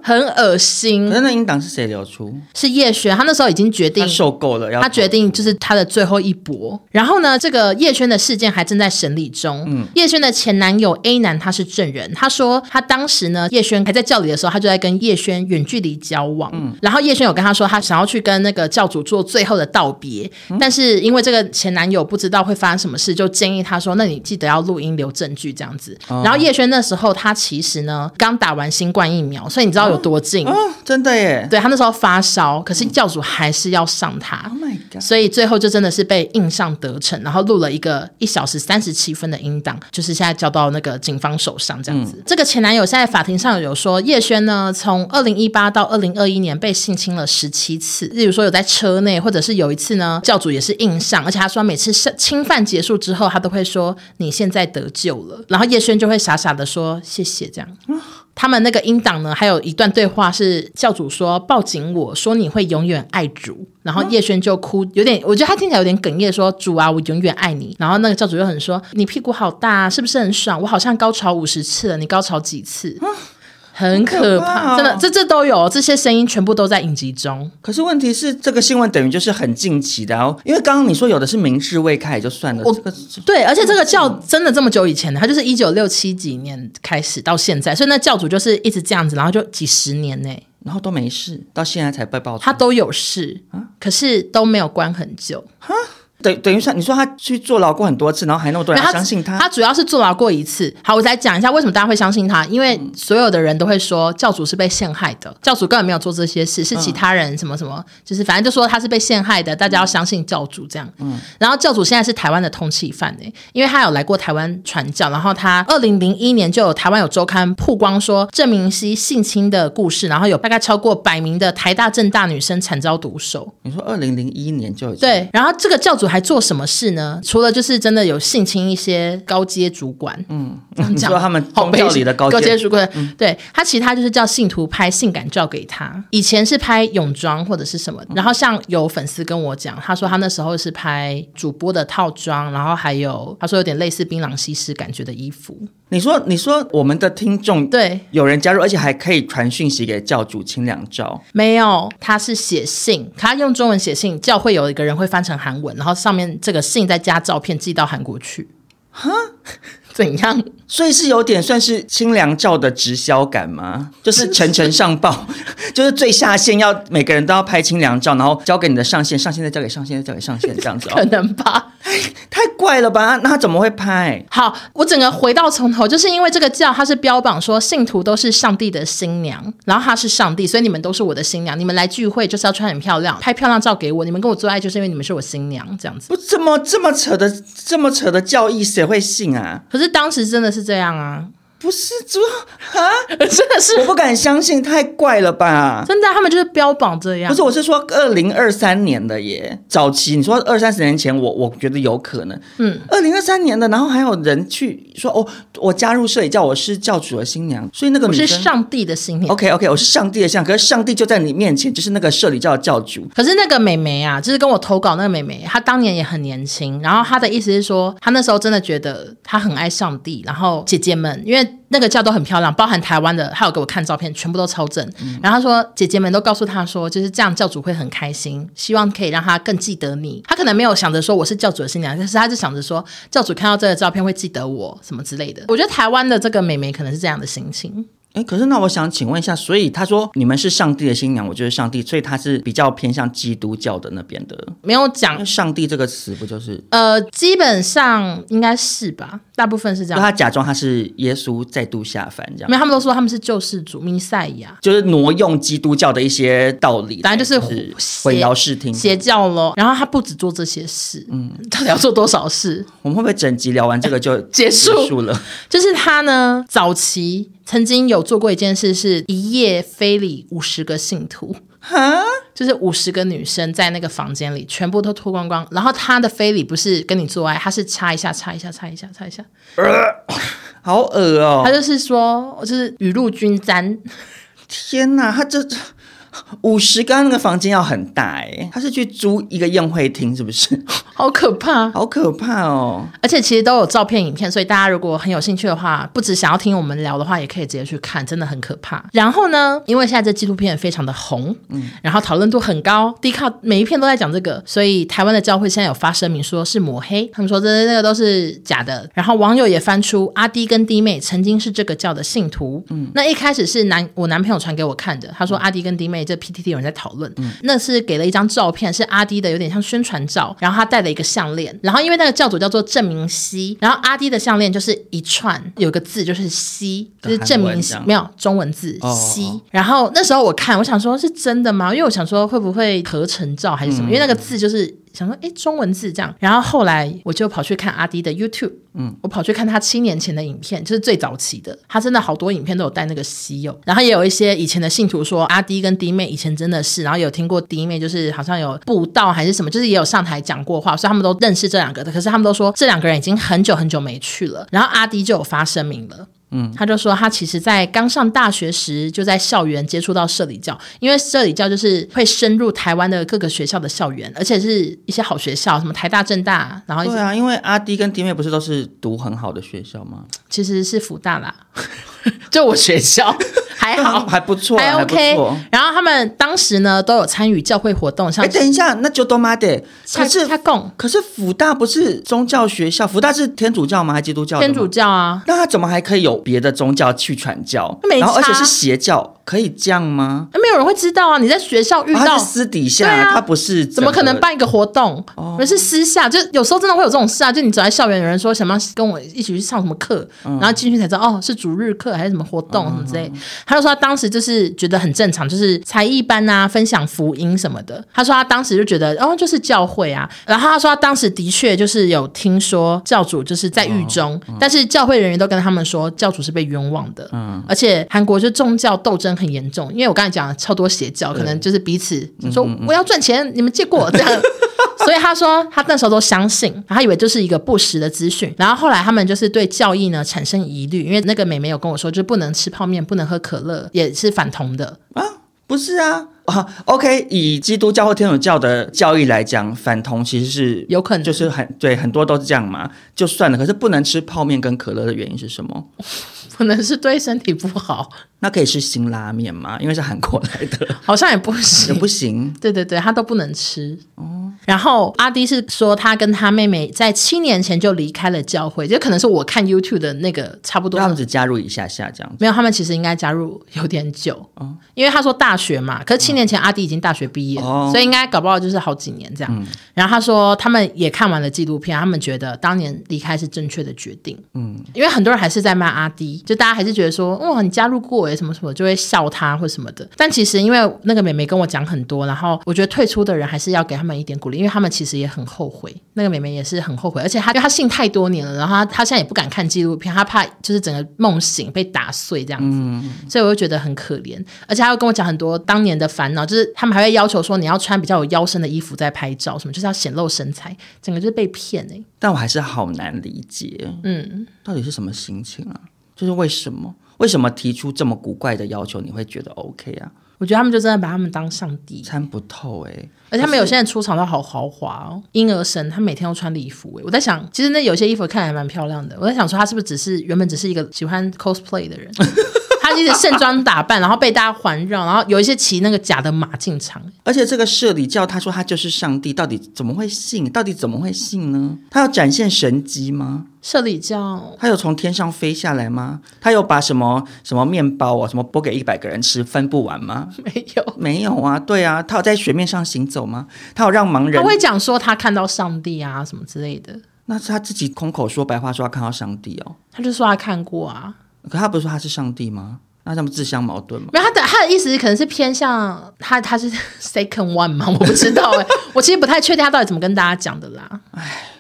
S1: 很恶心
S3: 可。是那音档是谁流出？
S1: 是叶轩，她那时候已经决定
S3: 他受够了，要
S1: 他决定就是他的最后一搏。然后呢，这个叶轩的事件还正在审理中。
S3: 嗯
S1: 叶轩的前男友 A 男他是证人，他说他当时呢，叶轩还在教里的时候，他就在跟叶轩远距离交往。
S3: 嗯
S1: 然后叶轩有跟他说，他想要去跟那个教主做最后的道别，
S3: 嗯
S1: 但是因为这个前男友不知道会发生什么事，就建议他说，那你记得要录音留证据这样子。
S3: 哦
S1: 然后叶轩那时候他其实呢刚打完新冠疫苗，所以你知道有多近。
S3: 哦，真的耶
S1: 对他那时候发烧，可是教主还是要上他。
S3: ！Oh my god！
S1: 所以最后就真的是被硬上得逞，然后录了一个一小时三十七分的音档，就是现在交到那个警方手上这样子。这个前男友现在法庭上有说，叶轩呢从二零一八到二零二一年被性侵了十七次，例如说有在车内，或者是有一次呢教主也是硬上，而且他说每次是侵犯结束之后，他都会说你现在得救了，然后叶轩就会傻傻的说谢谢这样。他们那个音档呢，还有一段对话是教主说抱紧我说你会永远爱主，然后叶轩就哭，有点我觉得他听起来有点哽咽，说主啊，我永远爱你。然后那个教主又很说你屁股好大、啊，是不是很爽？我好像高潮五十次了，你高潮几次？很可怕，
S3: 好可怕哦
S1: 真的，这这都有，这些声音全部都在影集中。
S3: 可是问题是，这个新闻等于就是很近期的、啊，因为刚刚你说有的是明智未开也就算了，
S1: 我
S3: 这个是
S1: 对，而且这个教真的这么久以前的，他就是一九六七几年开始到现在，所以那教主就是一直这样子，然后就几十年呢、
S3: 然后都没事，到现在才被爆出
S1: 他都有事，可是都没有关很久。
S3: 等等于算，你说他去坐牢过很多次，然后还那么多人
S1: 然后
S3: 啊相信他，
S1: 他主要是坐牢过一次。好，我再讲一下为什么大家会相信他，因为
S3: 嗯
S1: 所有的人都会说教主是被陷害的，教主根本没有做这些事，是其他人什么什么，就是反正就说他是被陷害的，大家要相信教主这样。
S3: 嗯
S1: 然后教主现在是台湾的通缉犯诶、因为他有来过台湾传教，然后他二零零一年就有台湾有周刊曝光说郑明熙性侵的故事，然后有大概超过百名的台大、正大女生惨遭毒手。
S3: 你说二零零一年就已经
S1: 对，然后这个教主还做什么事呢？除了就是真的有性侵一些高阶主管， 嗯，
S3: 你说他们宗教里的高
S1: 阶
S3: 阶嗯
S1: 主管，对他其他就是叫信徒拍性感照给他，以前是拍泳装或者是什么，
S3: 嗯
S1: 然后像有粉丝跟我讲，他说他那时候是拍主播的套装，然后还有他说有点类似槟榔西施感觉的衣服，
S3: 你说你说我们的听众
S1: 对，
S3: 有人加入，而且还可以传讯息给教主清凉照，
S1: 没有，他是写信，他用中文写信，教会有一个人会翻成韩文，然后上面这个信再加照片寄到韩国去。哈， 怎样？
S3: 所以是有点算是清凉照的直销感吗？就是层层上报， 就是最下线要每个人都要拍清凉照，然后交给你的上线，上线再交给上线，再交给上线，这样子
S1: 可
S3: 哦，
S1: 能吧。
S3: 太怪了吧？那他怎么会拍？
S1: 好，我整个回到从头，就是因为这个教它是标榜说信徒都是上帝的新娘，然后他是上帝，所以你们都是我的新娘。你们来聚会就是要穿很漂亮，拍漂亮照给我。你们跟我做爱就是因为你们是我新娘这样子。
S3: 不这么这么扯的这么扯的教义，谁会信啊？
S1: 可是当时真的是这样啊，
S3: 不是主啊，
S1: 真的是
S3: 我不敢相信，太怪了吧？
S1: 真的啊、他们就是标榜这样
S3: 不。是，我是说二零二三年的耶，早期你说二三十年前，我我觉得有可能，嗯，二零二三年的，然后还有人去说哦，我加入摄影教，我是教主的新娘，所以那个
S1: 我
S3: 女
S1: 是
S3: 生
S1: 上帝的新娘。
S3: OK OK，我是上帝的像，可是上帝就在你面前，就是那个社里教的教主，
S1: 可是那个美眉啊，就是跟我投稿那个美眉，她当年也很年轻，然后她的意思是说，她那时候真的觉得她很爱上帝，然后姐姐们，因为那个教都很漂亮，包含台湾的，她有给我看照片，全部都超正。然后她说，姐姐们都告诉她说，就是这样，教主会很开心，希望可以让她更记得你。她可能没有想着说我是教主的新娘，但是她就想着说，教主看到这个照片会记得我什么之类的。我觉得台湾的这个美眉可能是这样的心情。
S3: 哎，可是那我想请问一下，所以他说你们是上帝的新娘，我就是上帝，所以他是比较偏向基督教的那边的，
S1: 没有
S3: 因
S1: 讲
S3: 为上帝这个词不就是？
S1: 呃，基本上应该是吧，大部分是
S3: 就
S1: 这样。
S3: 他假装他是耶稣再度下凡这样
S1: 没，有，他们都说他们是救世主、弥赛亚，
S3: 就是挪用基督教的一些道理，
S1: 反正就是邪
S3: 混淆视听。
S1: 邪教咯。然后他不止做这些事，嗯， 到底要做多少事？
S3: 我们会不会整集聊完这个就
S1: 结束
S3: 结束了？
S1: 就是他呢，早期曾经有做过一件事，是一夜非礼五十个信徒。 就是五十个女生在那个房间里，全部都脱光光。然后他的非礼不是跟你做爱，他是擦一下、擦一下、擦一下、擦一下。
S3: 好恶哦、
S1: 他就是说，就是雨露均沾，
S3: 天哪，他这五十刚那个房间要很大哎、他是去租一个宴会厅是不是？
S1: 好可怕。
S3: 好可怕哦！
S1: 而且其实都有照片、影片，所以大家如果很有兴趣的话，不只想要听我们聊的话，也可以直接去看，真的很可怕。然后呢，因为现在这纪录片非常的红，嗯，然后讨论度很高，低卡每一片都在讲这个，所以台湾的教会现在有发声明说是抹黑，他们说这这个都是假的。然后网友也翻出阿弟跟弟妹曾经是这个教的信徒，嗯，那一开始是男我男朋友传给我看的，他
S3: 嗯
S1: 说阿弟跟弟妹这 PTT 有人在讨论，那是给了一张照片，是阿弟的有点像宣传照，然后他戴了一个项链，然后因为那个教主叫做郑明熙，然后阿弟的项链就是一串有个字就是熙，就是郑明熙
S3: 的韩文这样
S1: 没有中文字
S3: 哦哦
S1: 熙。然后那时候我看，我想说是真的吗？因为我想说会不会合成照还是什
S3: 嗯
S1: 么，因为那个字就是。想说，哎，中文字这样。然后后来我就跑去看阿迪的 YouTube，嗯，我跑去看他七年前的影片，就是最早期的。他真的好多影片都有带那个稀有，然后也有一些以前的信徒说啊阿迪跟弟妹以前真的是，然后有听过弟妹就是好像有布道还是什么，就是也有上台讲过话，所以他们都认识这两个的。可是他们都说这两个人已经很久很久没去了。然后阿迪就有发声明了，嗯，他就说他其实在刚上大学时就在校园接触到社里教，因为社里教就是会深入台湾的各个学校的校园，而且是一些好学校，什么台大、政大，然后一些
S3: 对啊，因为阿弟跟弟妹不是都是读很好的学校吗？
S1: 其实是福大啦， 就我学校还哎 好，
S3: 还不错啊，
S1: 还
S3: 还不
S1: OK
S3: 错。。
S1: 然后他们当时呢都有参与教会活动，像
S3: 哎，等一下，那就多妈的，可是
S1: 他供
S3: 可是福大不是宗教学校，福大是天主教吗？还是基督教？
S1: 天主。教啊，
S3: 那他怎么还可以有别的宗教去传教？
S1: 没
S3: 然后而且
S1: 差
S3: 是邪教，可以这样吗？
S1: 没有人会知道啊。你在学校遇
S3: 啊
S1: 到
S3: 他是私底下，
S1: 对啊
S3: 他不是
S1: 怎么可能
S3: 整个？哦
S1: 办一个活动？而是私下，就有时候真的会有这种事啊。就你走在校园，有人说想不要跟我一起去上什么课，
S3: 嗯
S1: 然后进去才知道哦，是主日课还是什么活动、什么之类。他就说他当时就是觉得很正常，就是才艺班啊，分享福音什么的。他说他当时就觉得哦，就是教会啊。然后他说他当时的确就是有听说教主就是在狱
S3: 哦
S1: 中，
S3: 嗯
S1: 但是教会人员都跟他们说教主是被冤枉的。嗯，而且韩国就宗教斗争很严重，因为我刚才讲了超多邪教，可能就是彼此说我要赚钱，你们借过 我这样。所以他说他那时候都相信，他以为就是一个不实的资讯。然后后来他们就是对教义呢产生疑虑，因为那个美眉有跟我说，就不能吃泡面，不能喝可乐，也是反同的。
S3: 不是啊。啊，OK，以基督教或天主教的教义来讲，反同其实是
S1: 有可能
S3: 就是很对，很多都是这样嘛，就算了。可是不能吃泡面跟可乐的原因是什么？
S1: 可能是对身体不好，
S3: 那可以吃辛拉面吗？因为是韩国来的，
S1: 好像也不
S3: 也
S1: 行。
S3: 不 行。
S1: 对对对，他都不能吃。然后阿迪是说，他跟他妹妹在七年前就离开了教会，就可能是我看 YouTube 的那个差不多
S3: 让他们只加入一下下这样子。
S1: 没有，他们其实应该加入有点久，因为他说大学嘛，可是七年前阿弟已经大学毕业了，
S3: 哦
S1: 所以应该搞不好就是好几年这样。然后他说他们也看完了纪录片，他们觉得当年离开是正确的决定，嗯，因为很多人还是在骂阿弟，就大家还是觉得说哇你加入过耶什么什么，就会笑他或什么的。但其实因为那个妹妹跟我讲很多，然后我觉得退出的人还是要给他们一点鼓励，因为他们其实也很后悔，那个妹妹也是很后悔，而且她因为她信太多年了，然后她她现在也不敢看纪录片，她怕就是整个梦醒被打碎这样子。所以我就觉得很可怜，而且他会跟我讲很多当年的烦恼，就是他们还会要求说你要穿比较有腰身的衣服在拍照，什么就是要显露身材，整个就是被骗哎、
S3: 但我还是好难理解，
S1: 嗯，
S3: 到底是什么心情啊？就是为什么？为什么提出这么古怪的要求，你会觉得 OK 啊？
S1: 我觉得他们就真的把他们当上帝，
S3: 参不透哎、
S1: 而且他们有些人出场都好豪华哦，婴儿神，他每天都穿礼服哎、我在想，其实那有些衣服看起来蛮漂亮的，我在想说他是不是只是原本只是一个喜欢 cosplay 的人。 他一直盛装打扮，然后被大家环绕，然后有一些骑那个假的马进场，
S3: 而且这个社里教他说他就是上帝，到底怎么会信？到底怎么会信呢？他有展现神迹吗？
S1: 社里教
S3: 他有从天上飞下来吗？他有把什么什么面包啊，什么拨给一百个人吃分不完吗？
S1: 没有，
S3: 没有啊，对啊，他有在水面上行走吗？他有让盲
S1: 他
S3: 人？
S1: 会讲说他看到上帝啊什么之类的。
S3: 那是他自己空口说白话说他看到上帝哦，
S1: 他就说他看过啊，
S3: 可他不是说他是上帝吗？那他们自相矛盾吗？
S1: 没有他的他的意思是可能是偏向他他是 second one 嘛，我不知道哎、我其实不太确定他到底怎么跟大家讲的啦。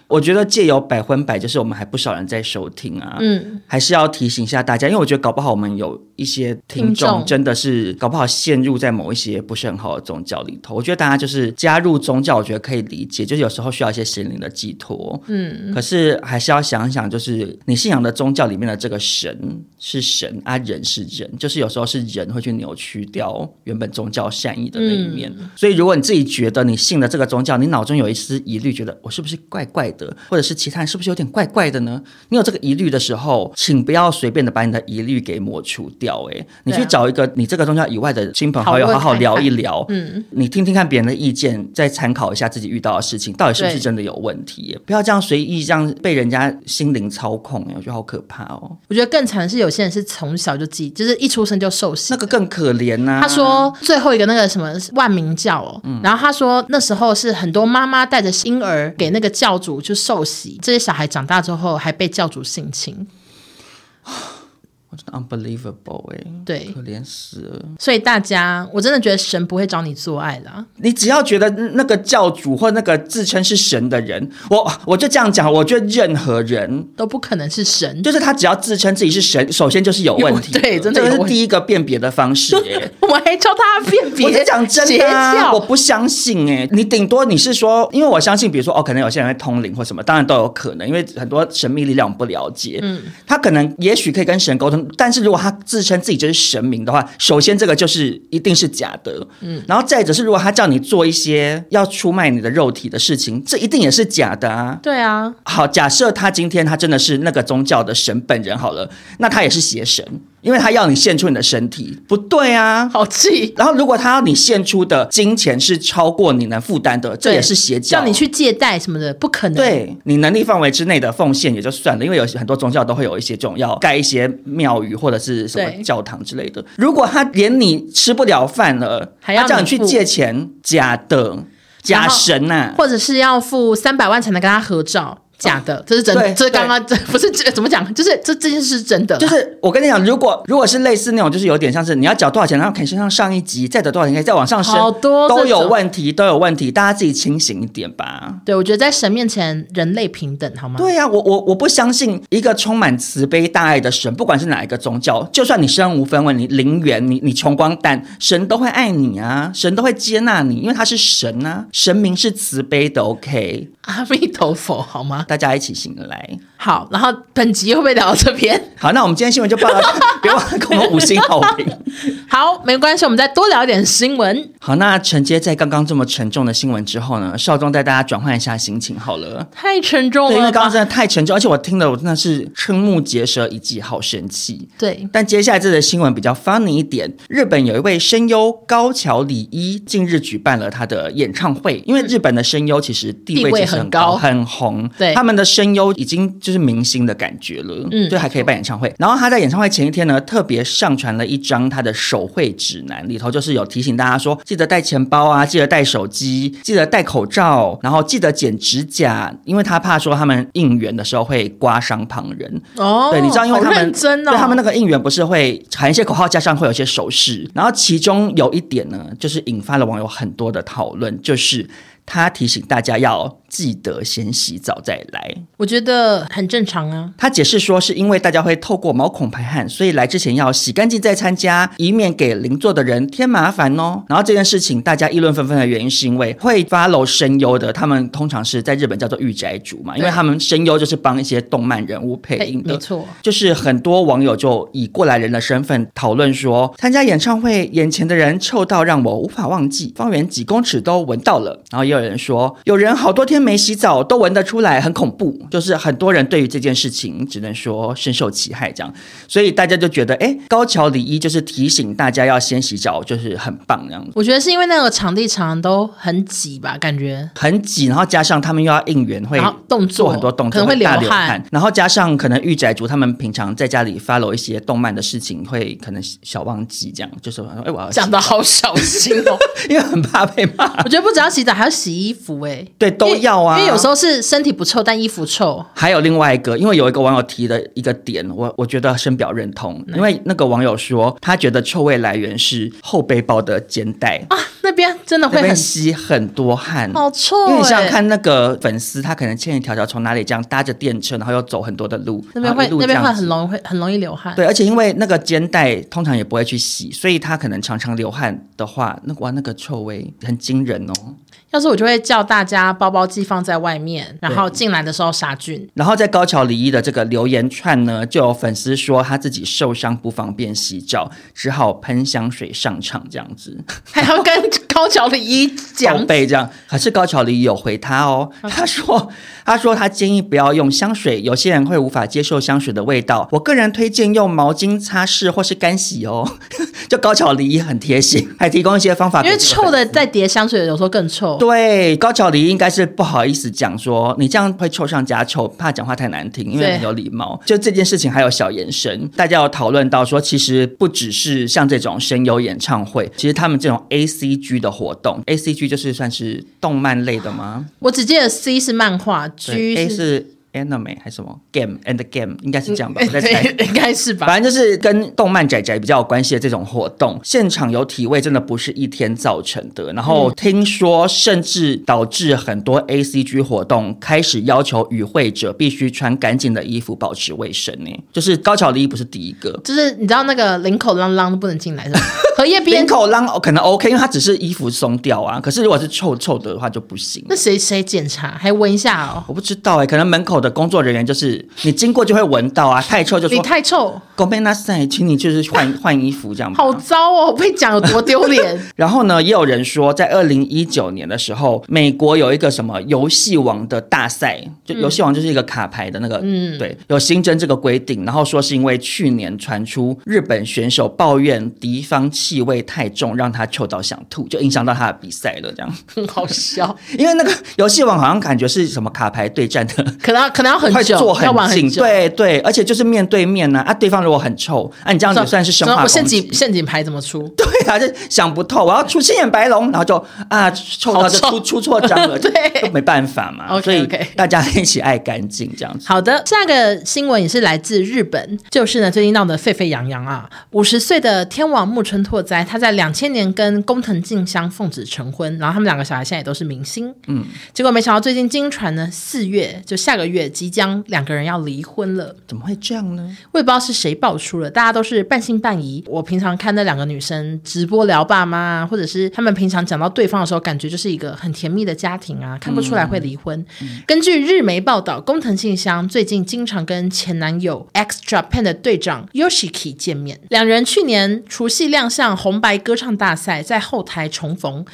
S3: 我觉得借由百分百，就是我们还不少人在收听啊，
S1: 嗯，
S3: 还是要提醒一下大家，因为我觉得搞不好我们有一些听
S1: 听
S3: 众
S1: 众
S3: 真的是搞不好陷入在某一些不是很好的宗教里头。我觉得大家就是加入宗教，我觉得可以理解，就是有时候需要一些心灵的寄托。嗯，可是还是要想一想，就是你信仰的宗教里面的这个神是神啊，人是人，就是有时候是人会去扭曲掉原本宗教善意的那一面。
S1: 嗯
S3: 所以如果你自己觉得你信了这个宗教，你脑中有一丝疑虑，觉得我是不是怪怪的，或者是其他人是不是有点怪怪的呢？你有这个疑虑的时候，请不要随便的把你的疑虑给抹除掉、欸。你
S1: 对啊
S3: 去找一个你这个宗教以外的亲朋好友，好
S1: 讨论
S3: 好
S1: 看
S3: 聊
S1: 看
S3: 一 聊。 嗯，你听听看别人的意见，再参考一下自己遇到的事情，到底是不是
S1: 对
S3: 真的有问题、欸不要这样随意这样被人家心灵操控、欸，我觉得好可怕哦。
S1: 我觉得更惨的是有些人是从小就记，就是一出生就受洗
S3: 那
S1: 的。
S3: 个更可怜啊呐、
S1: 他说最后一个那个什么万民教哦，
S3: 嗯
S1: 然后他说那时候是很多妈妈带着婴儿给那个教主去受洗，这些小孩长大之后还被教主性侵，
S3: 我真的 unbelievable 哎、
S1: 对
S3: 可怜死了。
S1: 所以大家我真的觉得神不会找你做爱啦。
S3: 你只要觉得那个教主或那个自称是神的人，我我就这样讲，我觉得任何人
S1: 都不可能是神，
S3: 就是他只要自称自己是神，首先就是有问题的，
S1: 有对真的
S3: 这个
S1: 有
S3: 是
S1: 问题
S3: 第一个辨别的方式耶。欸
S1: 我我还教大家辨别。
S3: 我是讲真的、啊，我不相信哎、你顶多你是说，因为我相信，比如说哦，可能有些人会通灵或什么，当然都有可能，因为很多神秘力量我们不了解。嗯，他可能也许可以跟神沟通，但是如果他自称自己就是神明的话，首先这个就是一定是假的。嗯，然后再者是，如果他叫你做一些要出卖你的肉体的事情，这一定也是假的啊。
S1: 对啊，
S3: 好，假设他今天他真的是那个宗教的神本人好了，那他也是邪神，因为他要你献出你的身体，不对啊。
S1: 好气，
S3: 然后如果他要你献出的金钱是超过你能负担的，这
S1: 对
S3: 也是邪教。
S1: 叫你去借贷什么的，不可能。，
S3: 对你能力范围之内的奉献也就算了，因为有很多宗教都会有一些这种要盖一些庙宇或者是什
S1: 对
S3: 么教堂之类的。如果他连你吃不了饭了，
S1: 还要
S3: 他叫你
S1: 你
S3: 去
S1: 付
S3: 借钱，假的，
S1: 然
S3: 假
S1: 后
S3: 神啊呐、
S1: 或者是要付三百万才能跟他合照，假的，这是真的，
S3: 哦对
S1: 这是刚 刚这不是这怎么讲，就是这这件事是真的啦，
S3: 就是我跟你讲，如果如果是类似那种，就是有点像是你要缴多少钱，然后可以升上上一级，再缴多少钱可以再往上升，
S1: 好多
S3: 都
S1: 这
S3: 有
S1: 种
S3: 问题，都有问题，大家自己清醒一点吧。
S1: 对我觉得在神面前人类平等，好吗？
S3: 对呀、我我我不相信一个充满慈悲大爱的神，不管是哪一个宗教，就算你身无分文，你零元，你你穷光蛋，神都会爱你啊，神都会接纳你，因为他是神啊，神明是慈悲的。OK，
S1: 阿弥陀佛，好吗？
S3: 大家一起醒来。
S1: 好，然后本集会不会聊到这边？
S3: 好，那我们今天新闻就报到这， 别忘了给我们五星好评。
S1: 好，没关系，我们再多聊一点新闻。
S3: 好，那承接在刚刚这么沉重的新闻之后呢，少中带大家转换一下心情好了。
S1: 太沉重
S3: 对，因为
S1: 了
S3: 刚刚
S1: 吧？
S3: 真的太沉重，而且我听了我真的是瞠目结舌，以及好生气。
S1: 对，
S3: 但接下来这则新闻比较 funny 一点，日本有一位声优高桥李依近日举办了他的演唱会，因为日本的声优其实地
S1: 地
S3: 位
S1: 位
S3: 其实
S1: 很
S3: 很高
S1: 高
S3: 很红，
S1: 对
S3: 他们的声优已经就是明星的感觉了，
S1: 嗯
S3: 嗯，就还可以办演唱会。然后他在演唱会前一天呢，特别上传了一张他的手绘指南，里头就是有提醒大家说，记得带钱包啊，记得带手机，记得戴口罩，然后记得剪指甲，因为他怕说他们应援的时候会刮伤旁人，
S1: 哦，
S3: 对，你知道，因为他
S1: 好
S3: 们
S1: 认真哦，
S3: 对他们那个应援不是会喊一些口号，加上会有一些手势，然后其中有一点呢，就是引发了网友很多的讨论，就是他提醒大家要记得先洗澡再来。
S1: 我觉得很正常啊。
S3: 他解释说，是因为大家会透过毛孔排汗，所以来之前要洗干净再参加，以免给邻座的人添麻烦哦。然后这件事情大家议论纷纷的原因，是因为会 follow 声优的，他们通常是在日本叫做御宅族嘛，因为
S1: 对
S3: 他们声优就是帮一些动漫人物配
S1: 哎
S3: 音的
S1: 没。错，
S3: 就是很多网友就以过来人的身份讨论说，参加演唱会，眼前的人臭到让我无法忘记，方圆几公尺都闻到了。然后也有人说，有人好多天没洗澡都闻得出来，很恐怖。就是很多人对于这件事情只能说深受其害这样，所以大家就觉得，哎，高桥礼一就是提醒大家要先洗澡，就是很棒这样子。
S1: 我觉得是因为那个场地常常都很挤吧，感觉
S3: 很挤，然后加上他们又要应援，会
S1: 然后动作
S3: 做很多动
S1: 可
S3: 作，
S1: 能会
S3: 会大
S1: 流
S3: 流
S1: 汗
S3: 汗，然后加上可能御宅族他们平常在家里 follow 一些动漫的事情，会可能小忘记这样，就是说哎我要洗
S1: 讲的好小心哦。
S3: 因为很怕被骂，
S1: 我觉得不只要洗澡，还要洗衣服、哎，
S3: 对，都要啊，
S1: 因为有时。候是身体不臭，但衣服臭。
S3: 还有另外一个，因为有一个网友提的一个点，我我觉得深表认同。
S1: 嗯
S3: 因为那个网友说，他觉得臭味来源是后背包的肩带，
S1: 啊，那边真的
S3: 那
S1: 会
S3: 边
S1: 很
S3: 吸很多汗，
S1: 好臭、欸，
S3: 因为你想想看，那个粉丝他可能千里迢迢从哪里这样搭着电车，然后又走很多的路，
S1: 那边
S3: 然后
S1: 会
S3: 一路
S1: 那
S3: 这
S1: 边
S3: 样
S1: 会
S3: 子
S1: 很容易会很容易流汗。
S3: 对，而且因为那个肩带通常也不会去洗，所以他可能常常流汗的话，那哇那个臭味很惊人哦。
S1: 要是我就会叫大家包包寄放在外面，然后进来的时候杀 菌。
S3: 然后在高桥礼一的这个留言串呢，就有粉丝说他自己受伤不方便洗澡，只好喷香水上场这样子，
S1: 还要跟高桥的一
S3: 报
S1: 讲，
S3: 备这样。可是高桥礼一有回他哦，他说他说他建议不要用香水，有些人会无法接受香水的味道。我个人推荐用毛巾擦拭或是干洗哦。 就高桥礼一很贴心，还提供一些方法给
S1: 因
S3: 这
S1: 为
S3: 个粉丝，
S1: 臭的再叠香水，有时候更臭。
S3: 对，高桥离应该是不好意思讲说你这样会臭上加臭，怕讲话太难听，因
S1: 对
S3: 为很有礼貌。就这件事情还有小延伸，大家有讨论到说，其实不只是像这种声优演唱会，其实他们这种 A C G 的活动，A C G 就是算是动漫类的吗
S1: 我只记得 C 是漫画
S3: 对
S1: ，G
S3: A
S1: 是
S3: 是 anime 还是什么 game and game 应该是这样吧？我在猜。
S1: 对， 应该是吧？
S3: 反正就是跟动漫宅宅比较有关系的这种活动，现场有体味真的不是一天造成的。然后
S1: 嗯
S3: 听说，甚至导致很多 A C G 活动开始要求与会者必须穿干净的衣服，保持卫生呢。就是高桥离不是第一个。
S1: 就是你知道那个领口啷啷都不能进来是吧？荷叶边
S3: 领口浪哦可能 OK，因为它只是衣服松掉啊。可是如果是臭臭的话就不行。
S1: 那谁谁检查还闻一下哦？
S3: 我不知道哎、可能门口的工作人员就是你经过就会闻到啊，太臭就
S1: 你
S3: 说
S1: 太臭，
S3: 狗贝纳塞，请你就是 换换衣服这样吧。
S1: 好糟哦！被讲有多丢脸。
S3: 然后呢，也有人说，在二零一九年的时候，美国有一个什么游戏王的大赛，
S1: 嗯
S3: 就游戏王就是一个卡牌的那个，嗯，对，有新增这个规定，然后说是因为去年传出日本选手抱怨敌方气味太重，让他臭到想吐，就影响到他的比赛了，这样。
S1: 很 好笑，
S3: 因为那个游戏王好像感觉是什么卡牌对战的。
S1: 可能要可能要很
S3: 快
S1: 久，
S3: 坐
S1: 要玩
S3: 很
S1: 很
S3: 近，
S1: 久。
S3: 对对，而且就是面对面呢、啊，对方如果很臭，啊，你这样
S1: 算，
S3: 子算是生化
S1: 我
S3: 攻
S1: 陷
S3: 击
S1: 阱陷阱牌怎么出？
S3: 对啊，就想不透，我要出青眼白龙，然后就啊臭到就
S1: 好
S3: 出 出
S1: 臭
S3: 错章 了，就
S1: 对
S3: 就没办法嘛
S1: OK，
S3: 所以
S1: OK
S3: 大家一起爱干净这样子。
S1: 好的，下个新闻也是来自日本，就是呢最近闹得沸沸扬扬啊，五十岁的天王木村拓哉，他在两千年跟工藤静香奉子成婚，然后他们两个小孩现在也都是明星，嗯，结果没想到最近经传呢，四月就下个月即将两个人要离婚了。
S3: 怎么会这样呢？
S1: 我也不知道是谁爆出了，大家都是半信半疑。我平常看那两个女生直播聊爸妈，啊或者是他们平常讲到对方的时候，感觉就是一个很甜蜜的家庭啊，看不出来会离婚。根据日媒报道，工藤静香最近经常跟前男友 X Japan 的队长 Yoshiki 见面，两人去年除夕亮相红白歌唱大赛，在后台重逢。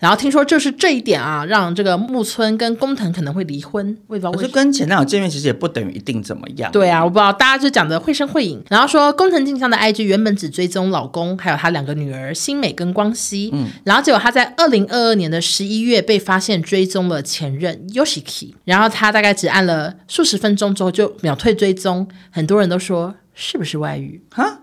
S1: 然后听说就是这一点啊，让这个木村跟工藤可能会离婚，我也不知道为
S3: 哦我
S1: 什
S3: 就
S1: 么。
S3: 跟前男友见面，其实也不等于一定怎么样。
S1: 对啊，我不知道，大家就讲的绘声绘影。然后说，工藤静香的 IG 原本只追踪老公，还有她两个女儿新美跟光熙。嗯，然后结果她在二零二二年的十一月被发现追踪了前任 Yoshiki，然后她大概只按了数十分钟之后就秒退追踪，很多人都说是不是外遇？
S3: 哈，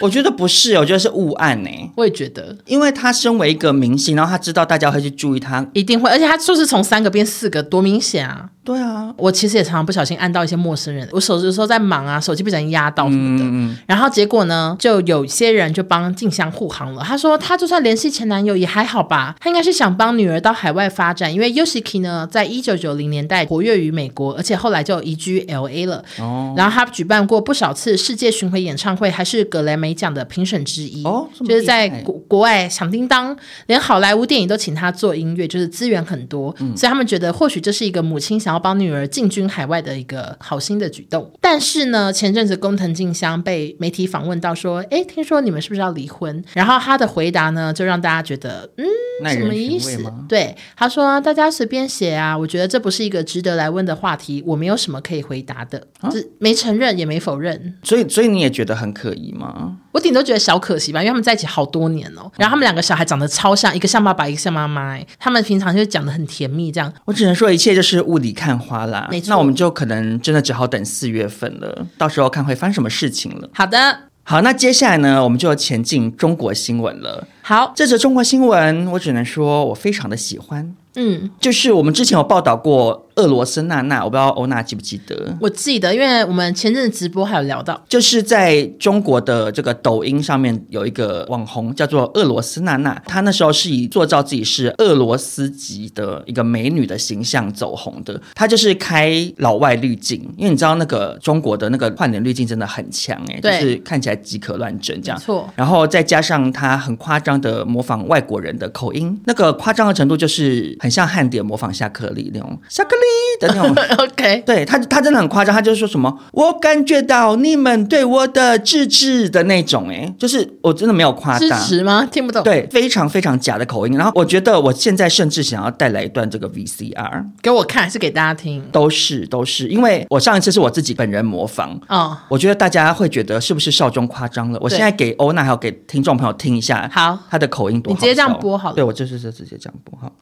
S3: 我觉得不是，我觉得是误案呢、
S1: 我也觉得。
S3: 因为他身为一个明星，然后他知道大家会去注意他，
S1: 一定会，而且她就是从三个变四个，多明显啊！
S3: 对啊，
S1: 我其实也常常不小心按到一些陌生人，我手有时候在忙啊，手机不小心压到什么的，然后结果呢，就有些人就帮静香护航了。他说，他就算联系前男友也还好吧，他应该是想帮女儿到海外发展，因为 Yoshiki 呢，在一九九零年代活跃于美国，而且后来就移居 LA 了。哦，然后他举办过不少次世界巡回演唱会，还是格莱美奖的评审之一。
S3: 哦这么
S1: 就是在
S3: 厉害
S1: 国国外响叮当，连好莱坞电影都请他做音乐，就是资源很多，
S3: 嗯
S1: 所以他们觉得或许这是一个母亲想要帮女儿进军海外的一个好心的举动。但是呢，前阵子工藤静香被媒体访问到说，哎，听说你们是不是要离婚？然后他的回答呢，就让大家觉得，嗯，
S3: 耐
S1: 什么
S3: 人
S1: 意
S3: 寻味
S1: 思
S3: 吗？？
S1: 对，他说大家随便写啊，我觉得这不是一个值得来问的话题，我没有什么可以回答的，
S3: 啊
S1: 就是没承认也没否认。
S3: 所以，所以你也觉得很可疑吗？
S1: 我顶多觉得小可惜吧，因为他们在一起好多年哦、然后他们两个小孩长得超像，一个像爸爸，一个像妈妈、欸。他们平常就讲的很甜蜜，这样
S3: 我只能说一切就是雾里看花啦。
S1: 没错
S3: 那我们就可能真的只好等四月份了，到时候看会发生什么事情了。
S1: 好的。
S3: 好，那接下来呢，我们就要前进中国新闻了。
S1: 好，
S3: 这则中国新闻，我只能说我非常的喜欢。
S1: 嗯，
S3: 就是我们之前有报道过俄罗斯娜娜，我不知道欧娜记不记得，
S1: 我记得，因为我们前阵子直播还有聊到，
S3: 就是在中国的这个抖音上面有一个网红叫做俄罗斯娜娜，她那时候是以塑造自己是俄罗斯籍的一个美女的形象走红的。她就是开老外滤镜，因为你知道那个中国的那个换脸滤镜真的很强哎、
S1: 对
S3: 就是看起来即可乱真这
S1: 没
S3: 样。
S1: 错，
S3: 然后再加上他很夸张的模仿外国人的口音，那个夸张的程度就是很像汉典模仿夏克立那 种夏克立的那种。
S1: OK，
S3: 对他，他真的很夸张，他就是说什么，我感觉到你们对我的支持的那种、诶，就是我真的没有夸
S1: 支
S3: 大，
S1: 持吗？听不懂，
S3: 对，非常非常假的口音。然后我觉得我现在甚至想要带来一段这个 VCR，
S1: 给我看还是给大家听？
S3: 都是都是，因为我上一次是我自己本人模仿，
S1: 哦，
S3: 我觉得大家会觉得是不是少中夸张了？我
S1: 对
S3: 现在给欧娜还有给听众朋友听一下，
S1: 好
S3: 她的口音多
S1: 你
S3: 好
S1: 直接这样
S3: 笑
S1: 播好了
S3: 对我就是这直接这样播好。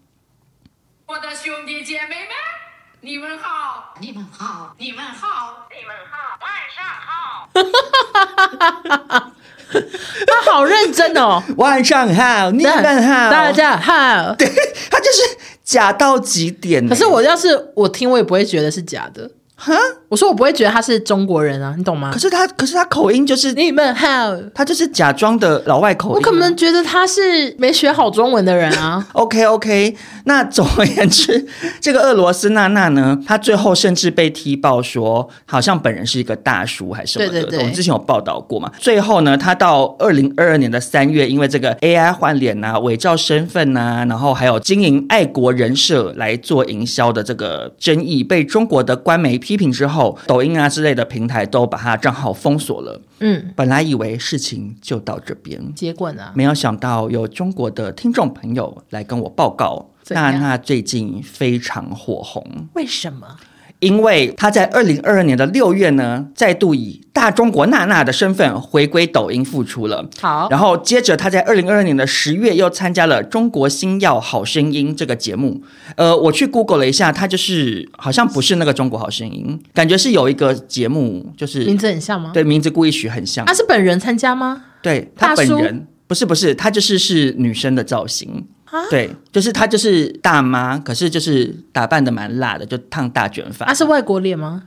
S4: 我的兄弟姐妹们，你们好，你们好，你们好，你们好，晚上好。
S1: 他好认真哦，
S3: 晚上好， 你们好，
S1: 大，家好。
S3: 对，她就是假到极点欸。
S1: 可是我要是我听，我也不会觉得是假的。
S3: 哈，
S1: 我说我不会觉得他是中国人啊，你懂吗
S3: 可？是他，可是他口音就是
S1: 你们好，
S3: 他就是假装的老外口音啊。。
S1: 我可能觉得他是没学好中文的人啊
S3: OK OK，那总而言之，这个俄罗斯娜娜呢，她最后甚至被踢爆说，好像本人是一个大叔还是什么的。
S1: 对对对
S3: 我们之前有报道过嘛。最后呢，她到二零二二年的三月，因为这个 AI 换脸呐、伪造身份呐、然后还有经营爱国人设来做营销的这个争议，被中国的官媒批评之后，抖音啊之类的平台都把她账号封锁了。
S1: 嗯，
S3: 本来以为事情就到这边，
S1: 结果呢？
S3: 没有想到有中国的听众朋友来跟我报告，
S1: 怎
S3: 娜
S1: 样
S3: 娜最近非常火红，
S1: 为什么？
S3: 因为她在二零二二年的六月呢，再度以大中国娜娜的身份回归抖音复出了。
S1: 好，
S3: 然后接着，她在二零二二年的十月又参加了《中国新药好声音》这个节目。呃，我去 Google 了一下，她就是好像不是那个《中国好声音》，感觉是有一个节目，就是
S1: 名字很像吗？啊
S3: 对名字故意取很像
S1: 他。是本人参加吗？
S3: 对他
S1: 大
S3: 本
S1: 叔
S3: 人不是不是，他就是是女生的造型
S1: 啊。
S3: 对，就是她就是大妈，可是就是打扮的蛮辣的，就烫大卷发。
S1: 他啊是外国脸吗？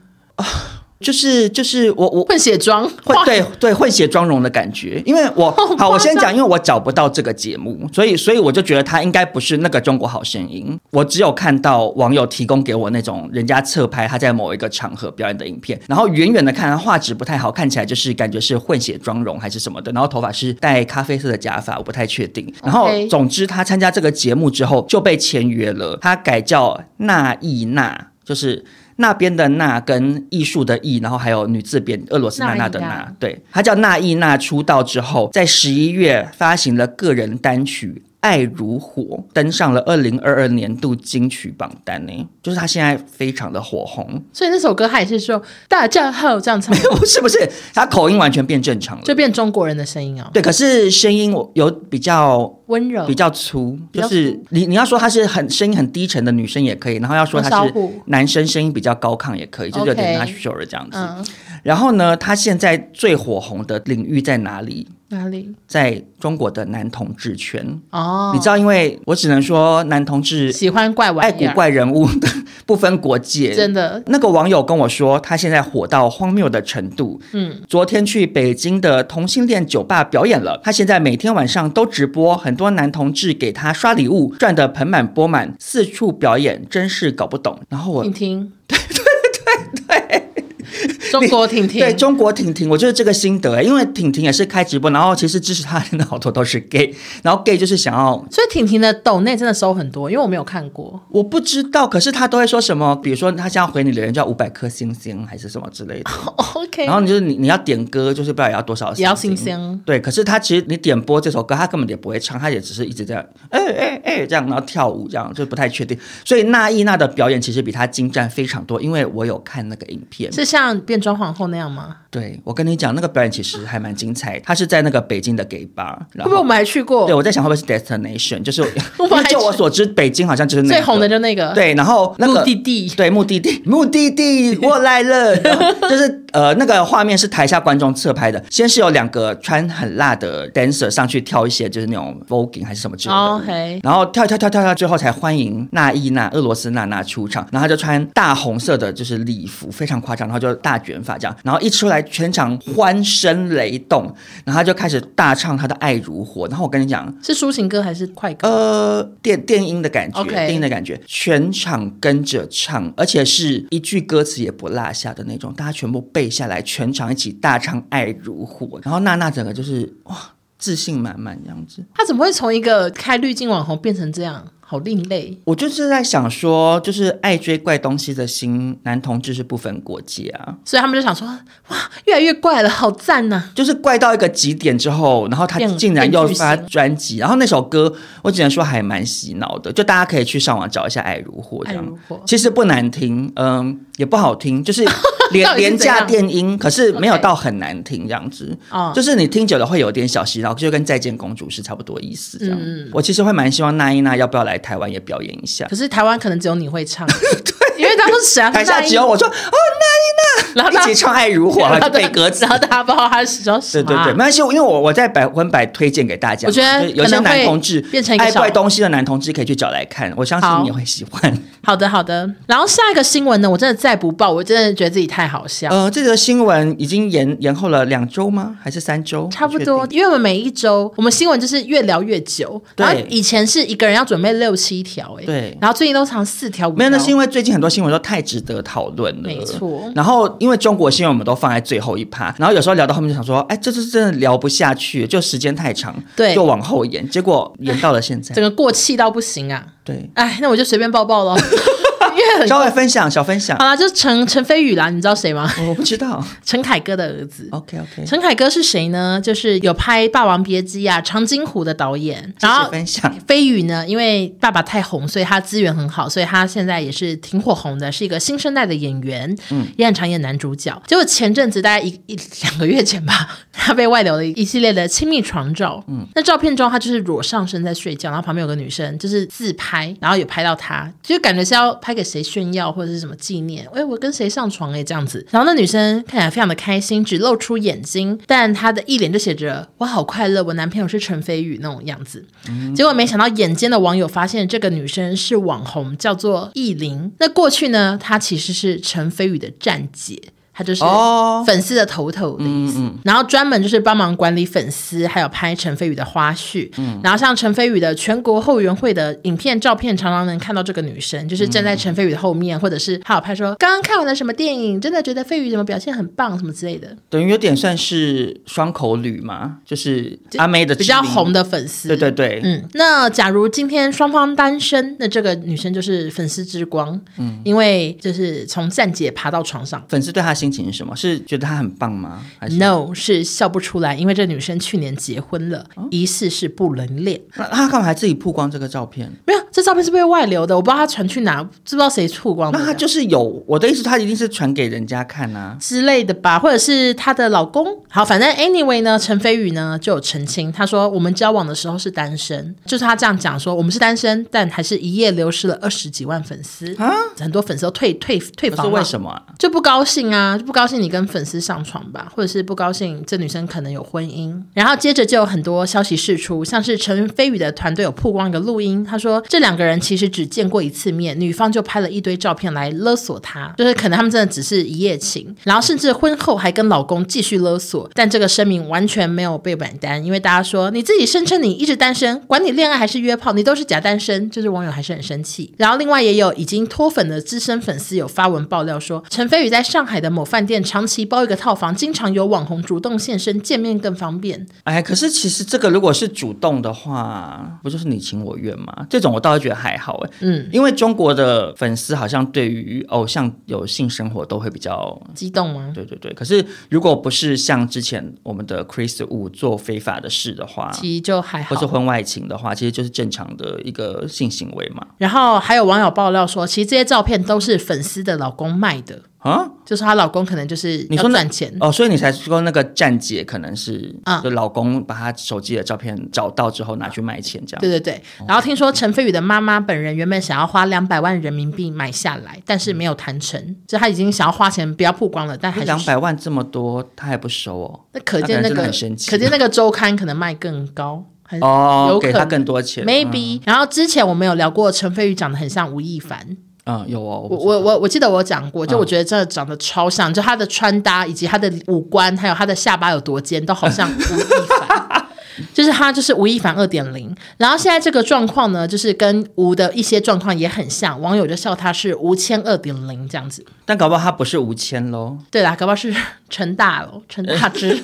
S3: 就是就是我我
S1: 混血妆，
S3: 会
S1: 哇
S3: 对对混血妆容的感觉，因为我
S1: 好夸
S3: 好我先
S1: 张
S3: 讲，因为我找不到这个节目，所以所以我就觉得他应该不是那个中国好声音，我只有看到网友提供给我那种人家侧拍他在某一个场合表演的影片，然后远远的看他画质不太好，看起来就是感觉是混血妆容还是什么的，然后头发是戴咖啡色的假发，我不太确定。然后
S1: OK
S3: 总之他参加这个节目之后就被签约了，他改叫娜艺娜，就是。那边的那跟艺术的艺，然后还有女字边俄罗斯娜娜的
S1: 纳艺
S3: 娜
S1: 娜，
S3: 对，她叫娜艺娜。出道之后，在十一月发行了个人单曲《爱如火》，登上了二零二二年度金曲榜单呢。就是她现在非常的火红，
S1: 所以那首歌他也是说大家好这样唱，
S3: 不是不是，她口音完全变正常了。
S1: 就变中国人的声音哦，
S3: 对，可是声音我有比较
S1: 温柔
S3: 比。较粗，
S1: 呃比较
S3: 就
S1: 粗
S3: 是你你要说她是很声音很低沉的女生也可以，然后要说她
S1: 很
S3: 是
S1: 骚虎
S3: 男生声音比较高亢也可以，就是有点
S1: OK
S3: natural 这样子。
S1: 嗯，
S3: 然后呢，她现在最火红的领域在哪里？
S1: 哪里？
S3: 在中国的男同志圈，
S1: 哦，
S3: 你知道，因为我只能说男同志
S1: 喜欢怪玩
S3: 爱
S1: 意
S3: 古
S1: 儿，
S3: 怪人物的不分国界，
S1: 真的，
S3: 那个网友跟我说，他现在火到荒谬的程度。
S1: 嗯，
S3: 昨天去北京的同性恋酒吧表演了，他现在每天晚上都直播，很多男同志给他刷礼物，赚得盆满钵满，四处表演，真是搞不懂。然后我
S1: 婷 婷，对对对对，中国婷婷，
S3: 对中国婷婷，我就是这个心得、因为婷婷也是开直播，然后其实支持她的人好多都是 gay，然后 gay 就是想要。
S1: 所以婷婷的抖内真的收很多，因为我没有看过。
S3: 我不知道，可是他都会说什么，比如说他现在回你的人叫五百颗星星还是什么之类的，
S1: OK，
S3: 哦然后你就是你你要点歌，就是不知道也要多少
S1: 也要星星
S3: 对，可是他其实你点播这首歌，他根本也不会唱，他也只是一直这样，哎哎哎这样，然后跳舞这样，就不太确定。所以那依娜的表演其实比他精湛非常多，因为我有看那个影片。
S1: 是像变装皇后那样吗？
S3: 对，我跟你讲，那个表演其实还蛮精彩。他是在那个北京的 gay bar，
S1: 会
S3: 然
S1: 不会我
S3: 后。
S1: 们还去过
S3: 对，？我在想会不会是 destination，就是
S1: 我
S3: 因为
S1: 还
S3: 就我所知，北京好像就是那
S1: 最
S3: 个
S1: 红的就那个
S3: 对，然后那个
S1: 目的地。
S3: 对，目的地， 目的地，我来了， 然后就是呃，那个画面是台下观众侧拍的，先是有两个穿很辣的 dancer 上去跳一些就是那种 voguing 还是什么之类的舞
S1: 哦 OK
S3: 然后跳跳跳跳跳，最后才欢迎娜依娜俄罗斯娜娜出场，然后她就穿大红色的就是礼服，非常夸张，然后就大卷发这样，然后一出来全场欢声雷动，然后她就开始大唱她的《爱如火》，然后我跟你讲，
S1: 是抒情歌还是快歌？
S3: 呃，电电音的感觉
S1: OK
S3: 电音的感觉，全场跟着唱，而且是一句歌词也不落下的那种，大家全部背下来，全场一起大唱《爱如火》，然后娜娜整个就是哇，自信满满这样子。
S1: 他怎么会从一个开滤镜网红变成这样？好另类，
S3: 我就是在想说，就是爱追怪东西的心，男同志是不分国界啊，
S1: 所以他们就想说，哇，越来越怪了，好赞呐、
S3: 就是怪到一个极点之后，然后他
S1: 变
S3: 竟然
S1: 变
S3: 又
S1: 巨
S3: 发
S1: 星
S3: 专辑，然后那首歌我只能说还蛮洗脑的，就大家可以去上网找一下《爱如火》这
S1: 爱
S3: 样
S1: 如火
S3: 其实不难听，嗯，也不好听， 就是
S1: 到
S3: 廉
S1: 底是
S3: 廉
S1: 怎样
S3: 价电音，可是没有
S1: OK
S3: 到很难听这样子。
S1: 哦
S3: 就是你听久了会有点小洗脑，就跟《再见公主》是差不多意思这样。
S1: 嗯
S3: 我其实会蛮希望那英娜要不要来台湾也表演一下
S1: 可。是台湾可能只有你会唱，因为当时谁啊？
S3: 台下
S1: 那英
S3: 只有我说哦，那
S1: 然后
S3: 一
S1: 大
S3: 起唱《爱如 火》，还是背歌词
S1: 然。后大家不知道他是叫什
S3: 对
S1: 么
S3: 对
S1: 啊、
S3: 对，没关系，因为我我在百分百推荐给大家嘛。
S1: 我觉得
S3: 就是有
S1: 可
S3: 些
S1: 能
S3: 男
S1: 会
S3: 同志
S1: 变成一个
S3: 爱
S1: 小
S3: 怪东西的男同志可以去找来看，我相信你也会喜欢。
S1: 好的好的。然后下一个新闻呢，我真的再不报，我真的觉得自己太好笑。
S3: 呃，这则新闻已经延延后了两周吗？还是三周？
S1: 差不
S3: 确
S1: 多，
S3: 定。
S1: 因为我们每一周我们新闻就是越聊越久，
S3: 对
S1: 然后以前是一个人要准备六七条、哎，
S3: 对
S1: 然后最近都长四条，五条
S3: 没有，那是因为最近很多新闻都太值得讨论了。
S1: 没错
S3: 然后因为中国新闻我们都放在最后一趴，然后有时候聊到后面就想说，哎，这次真的聊不下去，就时间太长，
S1: 对
S3: 就往后延，结果延到了现在
S1: 整。个过气到不行啊！
S3: 对，
S1: 哎，那我就随便 报报喽，因为很
S3: 稍微啊分享小分享哦
S1: 好，啦，就是陈陈飞宇啦，你知道谁 吗？
S3: 我不知道。
S1: 陈凯歌的儿子。
S3: OK OK，
S1: 陈凯歌是谁呢？就是有拍《霸王别姬》啊、《长津湖》的导演。然后
S3: 分享
S1: 飞宇呢，因为爸爸太红，所以他资源很好，所以他现在也是挺火红的，是一个新生代的演员，嗯，也很常演男主角。结果前阵子大概一一两个月前吧，他被外流了一系列的亲密床照，嗯，那照片中他就是裸上身在睡觉，然后旁边有个女生就是自拍，然后有拍到他，就感觉是要拍给谁炫耀或者是什么纪念，哎，我跟谁上床哎、这样子。然后那女生看起来非常的开心，只露出眼睛，但她的一脸就写着我好快乐，我男朋友是陈飞宇那种样子。结果没想到眼尖的网友发现这个女生是网红，叫做意林。那过去呢，她其实是陈飞宇的站姐。她就是
S3: 哦嗯
S1: 粉丝的头头的意思，然后专门就是帮忙管理粉丝，还有拍陈飞宇的花絮。
S3: 嗯
S1: 然后像陈飞宇的全国后援会的影片、照片，常常能看到这个女生，就是站
S3: 嗯
S1: 在陈飞宇的后面，或者是还有拍说刚刚看完了什么电影，真的觉得飞宇什么表现很棒什么之类的，
S3: 等于有点算是双口女嘛，就是阿妹的
S1: 比较
S3: 知名
S1: 红。的粉丝。
S3: 对对对，
S1: 嗯，那假如今天双方单身，那这个女生就是粉丝之光，嗯，因为就是从站姐爬到床上
S3: 粉丝对她的心情是什么？是觉得她很棒吗？还是
S1: ，no 是笑不出来，因为这女生去年结婚了，
S3: 哦
S1: 疑似是不伦恋。
S3: 那她干嘛还自己曝光这个照片？
S1: 没有，这照片是被外流的，我不知道她传去哪，知不知道谁曝哦光的
S3: 那她就是有我的意思，她一定是传给人家看啊。
S1: 之类的吧，或者是她的老公。好，反正 anyway 呢，陈飞宇呢就有澄清，他说我们交往的时候是单身，就是他这样讲说我们是单身，但还是一夜流失了二十几万粉丝
S3: 啊
S1: 很多粉丝都退退退
S3: 可
S1: 房
S3: 是
S1: 了，
S3: 为什么啊？
S1: 就不高兴啊，就不高兴你跟粉丝上床吧，或者是不高兴这女生可能有婚姻。然后接着就有很多消息释出，像是陈飞宇的团队有曝光一个录音，他说这两个人其实只见过一次面，女方就拍了一堆照片来勒索他，就是可能他们真的只是一夜情，然后甚至婚后还跟老公继续勒索。但这个声明完全没有被买单，因为大家说你自己声称你一直单身，管你恋爱还是约炮，你都是假单身，就是网友还是很生气。然后另外也有已经脱粉的资深粉丝有发文爆料说，陈飞宇在上海的某饭店长期包一个套房，经常有网红主动现身，见面更方便。
S3: 哎，可是其实这个如果是主动的话，不就是你情我愿吗？这种我倒是觉得还好哎，
S1: 嗯，
S3: 因为中国的粉丝好像对于偶像有性生活都会比较
S1: 激动吗？
S3: 嗯对对对，可是如果不是像之前我们的 Chris Wu 做非法的事的话，
S1: 其实就还
S3: 啊或是
S1: 好。
S3: 婚外情的话，其实就是正常的一个性行为嘛。
S1: 然后还有网友爆料说，其实这些照片都是粉丝的老公卖的，
S3: 啊，
S1: 就是她老公可能就是
S3: 你
S1: 要
S3: 说那
S1: 赚钱。
S3: 哦，所以你才说那个站姐可能是，
S1: 嗯
S3: 就老公把她手机的照片找到之后拿去卖钱这样。
S1: 对对对，
S3: 哦
S1: 然后听说陈飞宇的妈妈本人原本想要花两百万人民币买下来，但是没有谈成，就他已经想要花钱不要曝光了，但还是
S3: 两百万这么多，他还不收哦？
S1: 那可见
S3: 那可能
S1: 那
S3: 真的
S1: 个
S3: 很生气
S1: 可见那个周刊可能卖更高，还是
S3: 哦嗯
S1: 有，可
S3: 给
S1: 能
S3: 他更多钱
S1: maybe、然后之前我们有聊过，陈飞宇长得很像吴亦凡，
S3: 嗯，嗯有哦，
S1: 我
S3: 不知道嗯
S1: 我我我记得我有讲过，就我觉得真的长得超像，就他的穿搭以及他的五官，还有他的下巴有多尖，都好像吴亦 凡。就是他，就是吴亦凡二点零。然后现在这个状况呢，就是跟吴的一些状况也很像，网友就笑他是吴谦二点零这样子。
S3: 但搞不好他不是吴谦喽，
S1: 对啦，搞不好是陈大了，陈大之。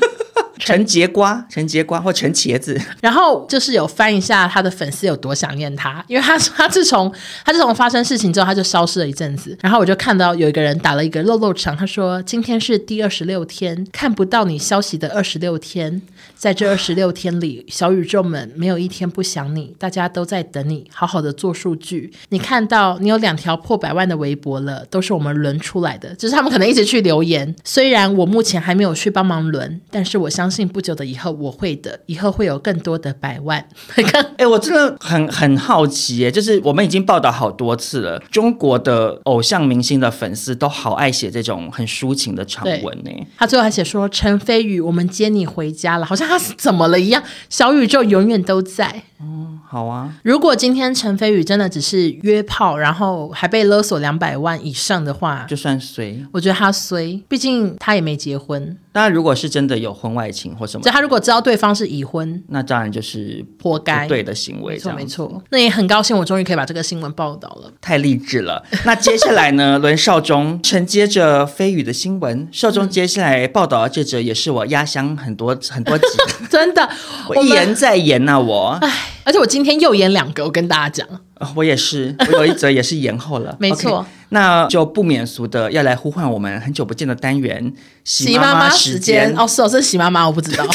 S3: 陈节瓜、陈节瓜或陈茄子，
S1: 然后就是有翻一下他的粉丝有多想念他，因为他说他自从他自从发生事情之后，他就消失了一阵子。然后我就看到有一个人打了一个肉肉肠，他说今天是第二十六天，看不到你消息的二十六天，在这二十六天里，小宇宙们没有一天不想你，大家都在等你，好好的做数据。你看到你有两条破百万的微博了，都是我们轮出来的，就是他们可能一直去留言。虽然我目前还没有去帮忙轮，但是我相相信不久的以后我会的，以后会有更多的百万。看
S3: 哎、我真的很很好奇耶，就是我们已经报道好多次了，中国的偶像明星的粉丝都好爱写这种很抒情的长文呢。
S1: 他最后还写说：“陈飞宇，我们接你回家了。”好像他是怎么了一样，小宇宙永远都在。
S3: 好啊，
S1: 如果今天陈飞宇真的只是约炮，然后还被勒索两百万以上的话，
S3: 就算随。
S1: 我觉得他衰，毕竟他也没结婚。
S3: 那如果是真的有婚外情或什么
S1: 就，他如果知道对方是已婚，
S3: 那当然就是
S1: 活该
S3: 不对的行为，
S1: 没
S3: 这
S1: 错
S3: 样
S1: 没错。那也很高兴，我终于可以把这个新闻报道 了。
S3: 太励志了。那接下来呢？轮少中承接着飞宇的新闻，少
S1: 嗯
S3: 中接下来报道的这则也是我压箱很多很 多集，
S1: 真的，
S3: 我一
S1: 们
S3: 言再言呐、我、
S1: 唉，而且我今天又演两个，我跟大家讲，
S3: 呃我也是， 我有一则也是延后了，
S1: 没错
S3: OK，那就不免俗的要来呼唤我们很久不见的单元“
S1: 喜
S3: 妈
S1: 妈妈
S3: 时
S1: 时间哦，是哦，这是喜妈妈，我不知道。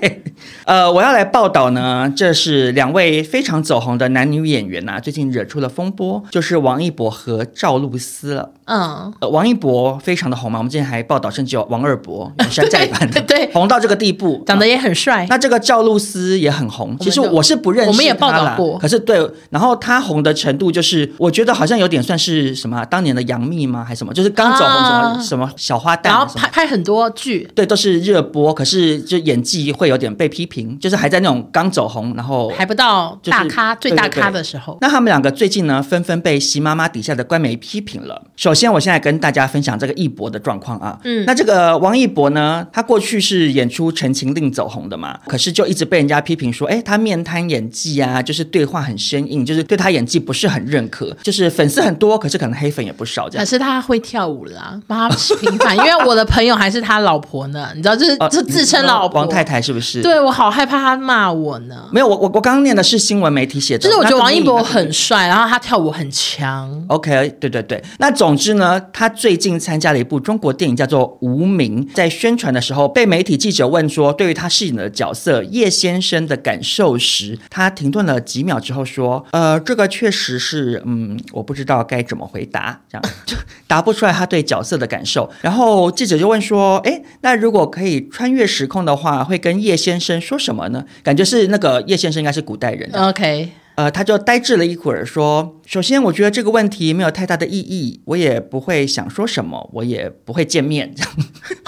S3: 对，呃，我要来报道呢，这是两位非常走红的男女演员呐、最近惹出了风波，就是王一博和赵露思了。
S1: 嗯，
S3: 呃，王一博非常的红嘛，我们之前还报道，甚至有王二 博有山寨版的，
S1: 对对
S3: 红到这个地步，
S1: 长得
S3: 啊。
S1: 也很帅。
S3: 那这个赵露思也很红，
S1: 就
S3: 其实我是不认识
S1: 我们也
S3: 她
S1: 报道
S3: 啦
S1: 过
S3: 可是对，然后她红的程度就是，我觉得好像有点算是什么啊当年的杨幂吗，还是什么，就是刚走红什么、
S1: 啊
S3: 什么小花旦
S1: 然
S3: 啊什么，
S1: 后拍拍很多剧，
S3: 对，都是热播，可是就演技会有点被批评，就是还在那种刚走红，然后
S1: 还不到
S3: 就是
S1: 大咖、
S3: 对
S1: 最大
S3: 对对
S1: 咖的时候。
S3: 那他们两个最近呢，纷纷被席妈妈底下的官媒批评了。首先，我现在跟大家分享这个艺博的状况啊。
S1: 嗯
S3: 那这个王一博呢，他过去是演出《陈情令》走红的嘛，可是就一直被人家批评说，哎，他面瘫演技啊，就是对话很生硬，就是对他演技不是很认可，就是粉丝很多，可是可能黑粉也不少这
S1: 可
S3: 样。
S1: 是他会跳舞啦，帮他平反，因为我的朋友还是他老婆呢，你知道，就是
S3: 呃
S1: 就自称老婆。
S3: 王太太是不是？。
S1: 对我好害怕他骂我呢。
S3: 没有，我我我刚刚念的是新闻媒体写的，
S1: 就是我觉得
S3: 那
S1: 王一
S3: 跟你
S1: 博
S3: 那个
S1: 很帅，然后他跳舞很强。
S3: OK，对对对。那总之呢，他最近参加了一部中国电影，叫做《无名》。在宣传的时候，被媒体记者问说，对于他饰演的角色叶先生的感受时，他停顿了几秒之后说：“呃，这个确实是，嗯，我不知道该怎么回答，这样就答不出来他对角色的感受。”然后记者就问说：“诶，那如果可以穿越时空的话，会跟叶先生说什么呢？”感觉是那个叶先生应该是古代人，
S1: OK，
S3: 呃，他就呆滞了一会儿，说：“首先，我觉得这个问题没有太大的意义，我也不会想说什么，我也不会见面。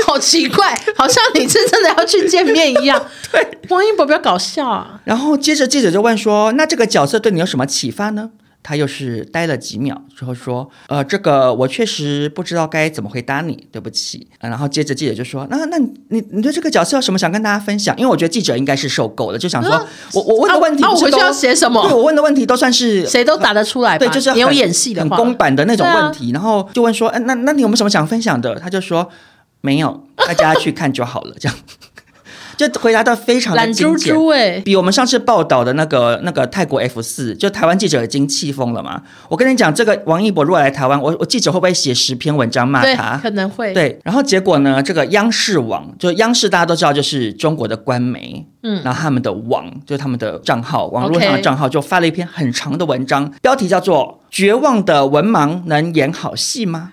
S1: 好奇怪，好像你是真的要去见面 一样。对，王一博比较搞笑啊”。
S3: 然后接着记者就问说：“那这个角色对你有什么启发呢？”他又是呆了几秒之后说：“呃，这个我确实不知道该怎么回答你，对不起。呃”然后接着记者就说：“那那你你你对这个角色有什么想跟大家分享？因为我觉得记者应该是受够了，就想说、我我问的问题
S1: 啊啊
S3: 不是
S1: 我回去
S3: 都
S1: 要写什么
S3: 对我问的问题都算是
S1: 谁都答得出来吧？
S3: 对，就是
S1: 你有
S3: 很
S1: 演戏的
S3: 很
S1: 话，
S3: 公版的那种
S1: 对啊
S3: 问题，然后就问说，哎、那那你有没有什么想分享的？他就说没 有，大家去看就好了，这样。 就回答的非常的
S1: 懒
S3: 精
S1: 猪
S3: 简，
S1: 猪哎、
S3: 比我们上次报道的那个那个泰国 F 四，就台湾记者已经气疯了嘛。我跟你讲，这个王一博如果来台湾，我我记者会不会写十篇文章骂
S1: 对
S3: 他？，
S1: 可能会。
S3: 对，然后结果呢？这个央视网，就央视大家都知道，就是中国的官媒，
S1: 嗯
S3: 然后他们的网，就是他们的账号，网络上的
S1: OK
S3: 账号，就发了一篇很长的文章，标题叫做《绝望的文盲能演好戏吗》。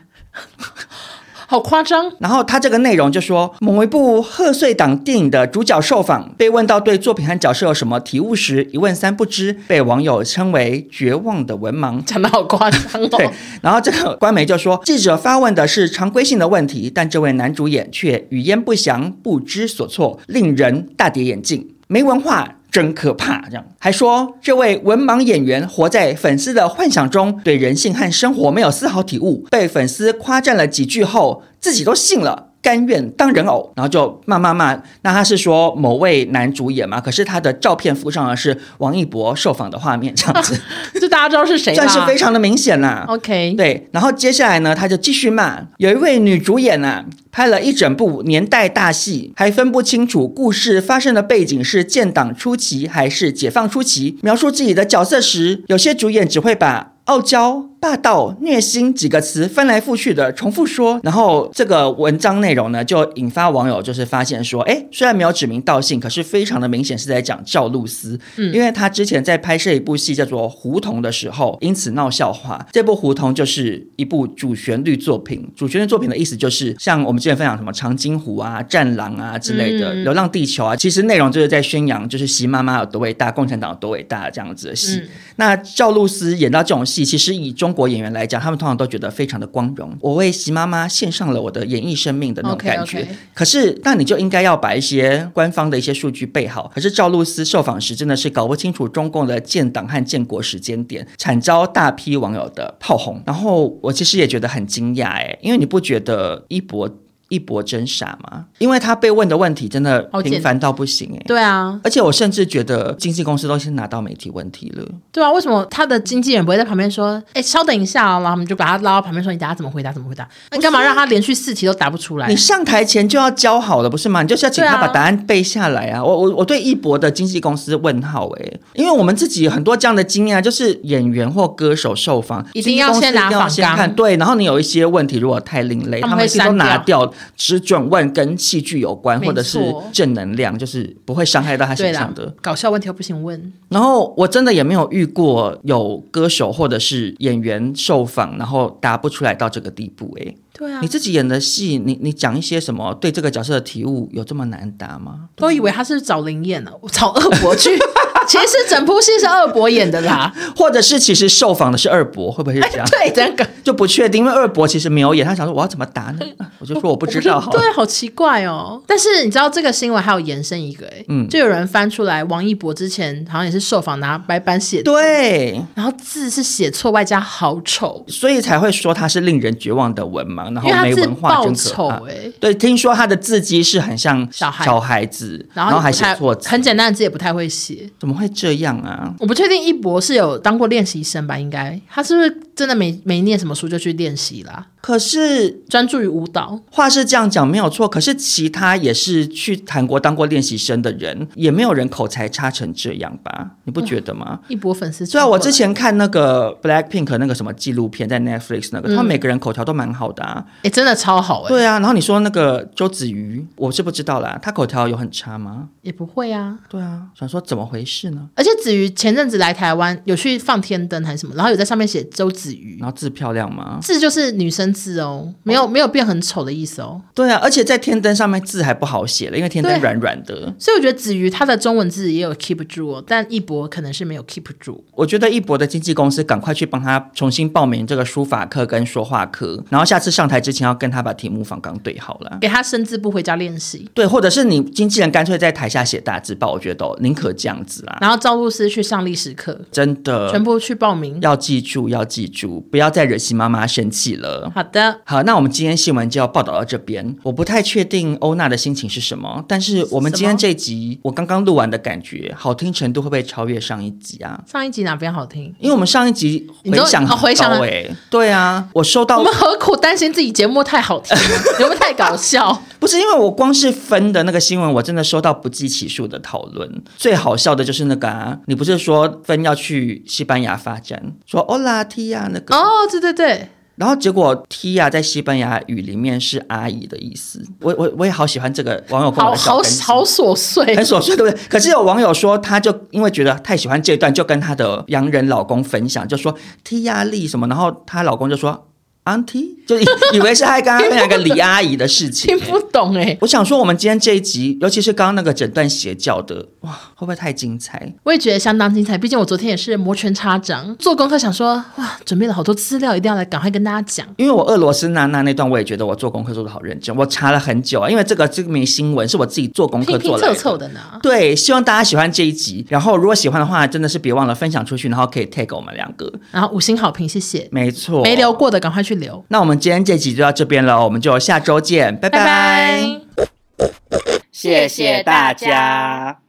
S1: 好夸张。
S3: 然后他这个内容就说，某一部贺岁档电影的主角受访，被问到对作品和角色有什么体悟时，一问三不知，被网友称为“绝望的文盲”。
S1: 讲的好夸张
S3: 对
S1: 哦！，
S3: 然后这个官媒就说，记者发问的是常规性的问题，但这位男主演却语焉不详、不知所措，令人大跌眼镜。没文化真可怕，这样还说这位文盲演员活在粉丝的幻想中，对人性和生活没有丝毫体悟，被粉丝夸赞了几句后，自己都信了。甘愿当人偶，然后就骂骂骂。那他是说某位男主演嘛？可是他的照片附上的是王一博受访的画面，这样子
S1: 就大家知道是谁
S3: 算
S1: 啦。
S3: 是非常的明显啦。
S1: OK。
S3: 对，然后接下来呢，他就继续骂，有一位女主演啊，拍了一整部年代大戏，还分不清楚故事发生的背景是建党初期还是解放初期。描述自己的角色时，有些主演只会把傲娇、霸霸道、虐心几个词翻来覆去的重复说，然后这个文章内容呢，就引发网友就是发现说，哎，虽然没有指名道姓，可是非常的明显是在讲赵露思，嗯，因为她之前在拍摄一部戏叫做《胡同》的时候，因此闹笑话。这部《胡同》就是一部主旋律作品，主旋律作品的意思就是像我们之前分享什么《长津湖》啊、《战狼》啊之类的，
S1: 嗯
S3: 流浪地球》啊，其实内容就是在宣扬就是习妈妈有多伟大，共产党有多伟大这样子的戏。
S1: 嗯
S3: 那赵露思演到这种戏，其实以中国演员来讲，他们通常都觉得非常的光荣，我为习妈妈献上了我的演艺生命的那种
S1: OK，OK
S3: 感觉。可是，那你就应该要把一些官方的一些数据备好。可是赵露思受访时真的是搞不清楚中共的建党和建国时间点，惨遭大批网友的炮轰。然后我其实也觉得很惊讶，哎，因为你不觉得一博一博真傻吗？因为他被问的问题真的
S1: 好简
S3: 平凡到不行，哎。
S1: 对啊，
S3: 而且我甚至觉得经纪公司都先拿到媒体问题了。
S1: 对啊，为什么他的经纪人不会在旁边说：“哎，稍等一下哦、然后我们就把他拉到旁边说：“你等下怎么回答？怎么回答？”那你干嘛让他连续四题都答不出来
S3: 啊你？上台前就要教好了，不是吗？你就是要请他
S1: 对啊
S3: 把答案背下来啊！我我我对一博的经纪公司问号哎、因为我们自己有很多这样的经验啊，就是演员或歌手受访，
S1: 一定要先拿
S3: 经纪公司一定要先
S1: 访纲
S3: 看对，然后你有一些问题如果太另类，
S1: 他
S3: 他
S1: 们
S3: 们
S1: 会
S3: 一定都
S1: 删掉
S3: 拿掉，只准问跟戏剧有关
S1: 没
S3: 或者是
S1: 错
S3: 正能量，就是不会伤害到他
S1: 对
S3: 形
S1: 啦
S3: 象的。，
S1: 搞笑问题又不行问，
S3: 然后我真的也没有遇过有歌手或者是演员受访，然后答不出来到这个地步哎、
S1: 对啊
S3: 你，自己演的戏，你你讲一些什么？对这个角色的体悟有这么难答吗？
S1: 都以为他是找林演了，找二伯去， 其实整部戏是二伯演的啦。
S3: 或者是其实受访的是二伯，会不会是
S1: 哎
S3: 这样？，
S1: 对，这个
S3: 就不确定，因为二伯其实没有演，他想说我要怎么答呢？啊我就说我不知道
S1: 我
S3: 好了。
S1: 对，好奇怪哦。但是你知道这个新闻还有延伸一个、哎，
S3: 嗯
S1: 就有人翻出来王一博之前好像也是受访拿白板写的，
S3: 对，
S1: 然后字是写错，外加好丑，
S3: 所以才会说他是令人绝望的文盲，然
S1: 因
S3: 后
S1: 为他
S3: 没
S1: 字
S3: 文化啊
S1: 爆
S3: 真可
S1: 丑、
S3: 怕。
S1: 哎。
S3: 对，听说他的字迹是很像
S1: 小孩
S3: 子，
S1: 然
S3: 然
S1: 后也
S3: 还
S1: 不太
S3: 写错字，
S1: 很简单的字也不太会写。
S3: 怎么会这样啊？
S1: 我不确定一博是有当过练习生吧？应该他是不是真的没没念什么书就去练习啦？
S3: 可是
S1: 专注于舞蹈，
S3: 话是这样讲没有错，可是其他也是去韩国当过练习生的人，也没有人口才差成这样吧？你不觉得吗？
S1: 一博粉丝冲
S3: 虽
S1: 过来。
S3: 啊然我之前看那个 Blackpink 那个什么纪录片，在 Netflix 那个，他们每个人口条都蛮好的啊。
S1: 哎、真的超好哎、
S3: 对啊，然后你说那个周子瑜，我是不知道啦，他口条有很差吗？
S1: 也不会啊。
S3: 对啊，想说怎么回事呢？
S1: 而且子瑜前阵子来台湾，有去放天灯还是什么，然后有在上面写周子瑜，
S3: 然后字漂亮吗？
S1: 字就是女生字哦，没有、没有变很丑的意思哦。
S3: 对啊，而且在天灯上面字还不好写了，因为天灯
S1: 对
S3: 软软的。
S1: 所以我觉得子瑜她的中文字也有 keep 住哦，但一博可能是没有 keep 住。
S3: 我觉得一博的经纪公司赶快去帮他重新报名这个书法课跟说话课，然后下次上台之前要跟他把题目仿纲对好了。
S1: 给他生字不回家练习，
S3: 对，或者是你经纪人干脆在台下写大字报，我觉得都宁可这样子啦。
S1: 然后赵露思去上历史课，
S3: 真
S1: 全
S3: 的
S1: 部去报名。
S3: 呃要记住，要记住，不要再惹新妈妈生气了。
S1: 好的，
S3: 好，那我们今天新闻就要报道到这边。我不太确定欧娜的心情是什么，但是我们今天这集我刚刚录完的感觉，好听程度会不会超越上一集啊？
S1: 上一集哪边好听？
S3: 因为我们上一集
S1: 你
S3: 回
S1: 都
S3: 响
S1: 哦
S3: 很
S1: 回响
S3: 高
S1: 很
S3: 哎、对啊，我收到
S1: 我们何苦担心自己节目太好听 了，有没有太搞 笑？
S3: 不是因为我光是分的那个新闻，我真的收到不计其数的讨论。最好笑的就是那个啊，你不是说分要去西班牙发展，说欧拉提亚那个，
S1: 哦，对对对，
S3: 然后结果提亚在西班牙语里面是阿姨的意思。我我我也好喜欢这个网友跟我
S1: 好
S3: 的小
S1: 好
S3: 更新
S1: 好琐
S3: 很
S1: 碎，
S3: 琐碎，对不对？可是有网友说，他就因为觉得太喜欢这一段，就跟他的洋人老公分享，就说提亚丽什么，然后她老公就说 auntie，就以以为是他在跟他分享一个李阿姨的事情
S1: 听。不懂哎、
S3: 我想说，我们今天这一集，尤其是刚刚那个诊断邪教的，哇，会不会太精彩？
S1: 我也觉得相当精彩，毕竟我昨天也是摩拳擦掌，做功课想说，哇，准备了好多资料，一定要来赶快跟大家讲。
S3: 因为我俄罗斯娜娜那段，我也觉得我做功课做的好认真，我查了很久啊，因为这个这名新闻是我自己做功课
S1: 拼拼
S3: 做来
S1: 凑
S3: 的。
S1: 凑的呢，
S3: 对，希望大家喜欢这一集。然后，如果喜欢的话，真的是别忘了分享出去，然后可以 tag 我们两个。
S1: 然后五星好评，谢谢，
S3: 没错，
S1: 没留。过的赶快去留，
S3: 那我们今天这集就到这边了，我们就下周见，拜
S1: 拜拜。
S2: 谢谢大家。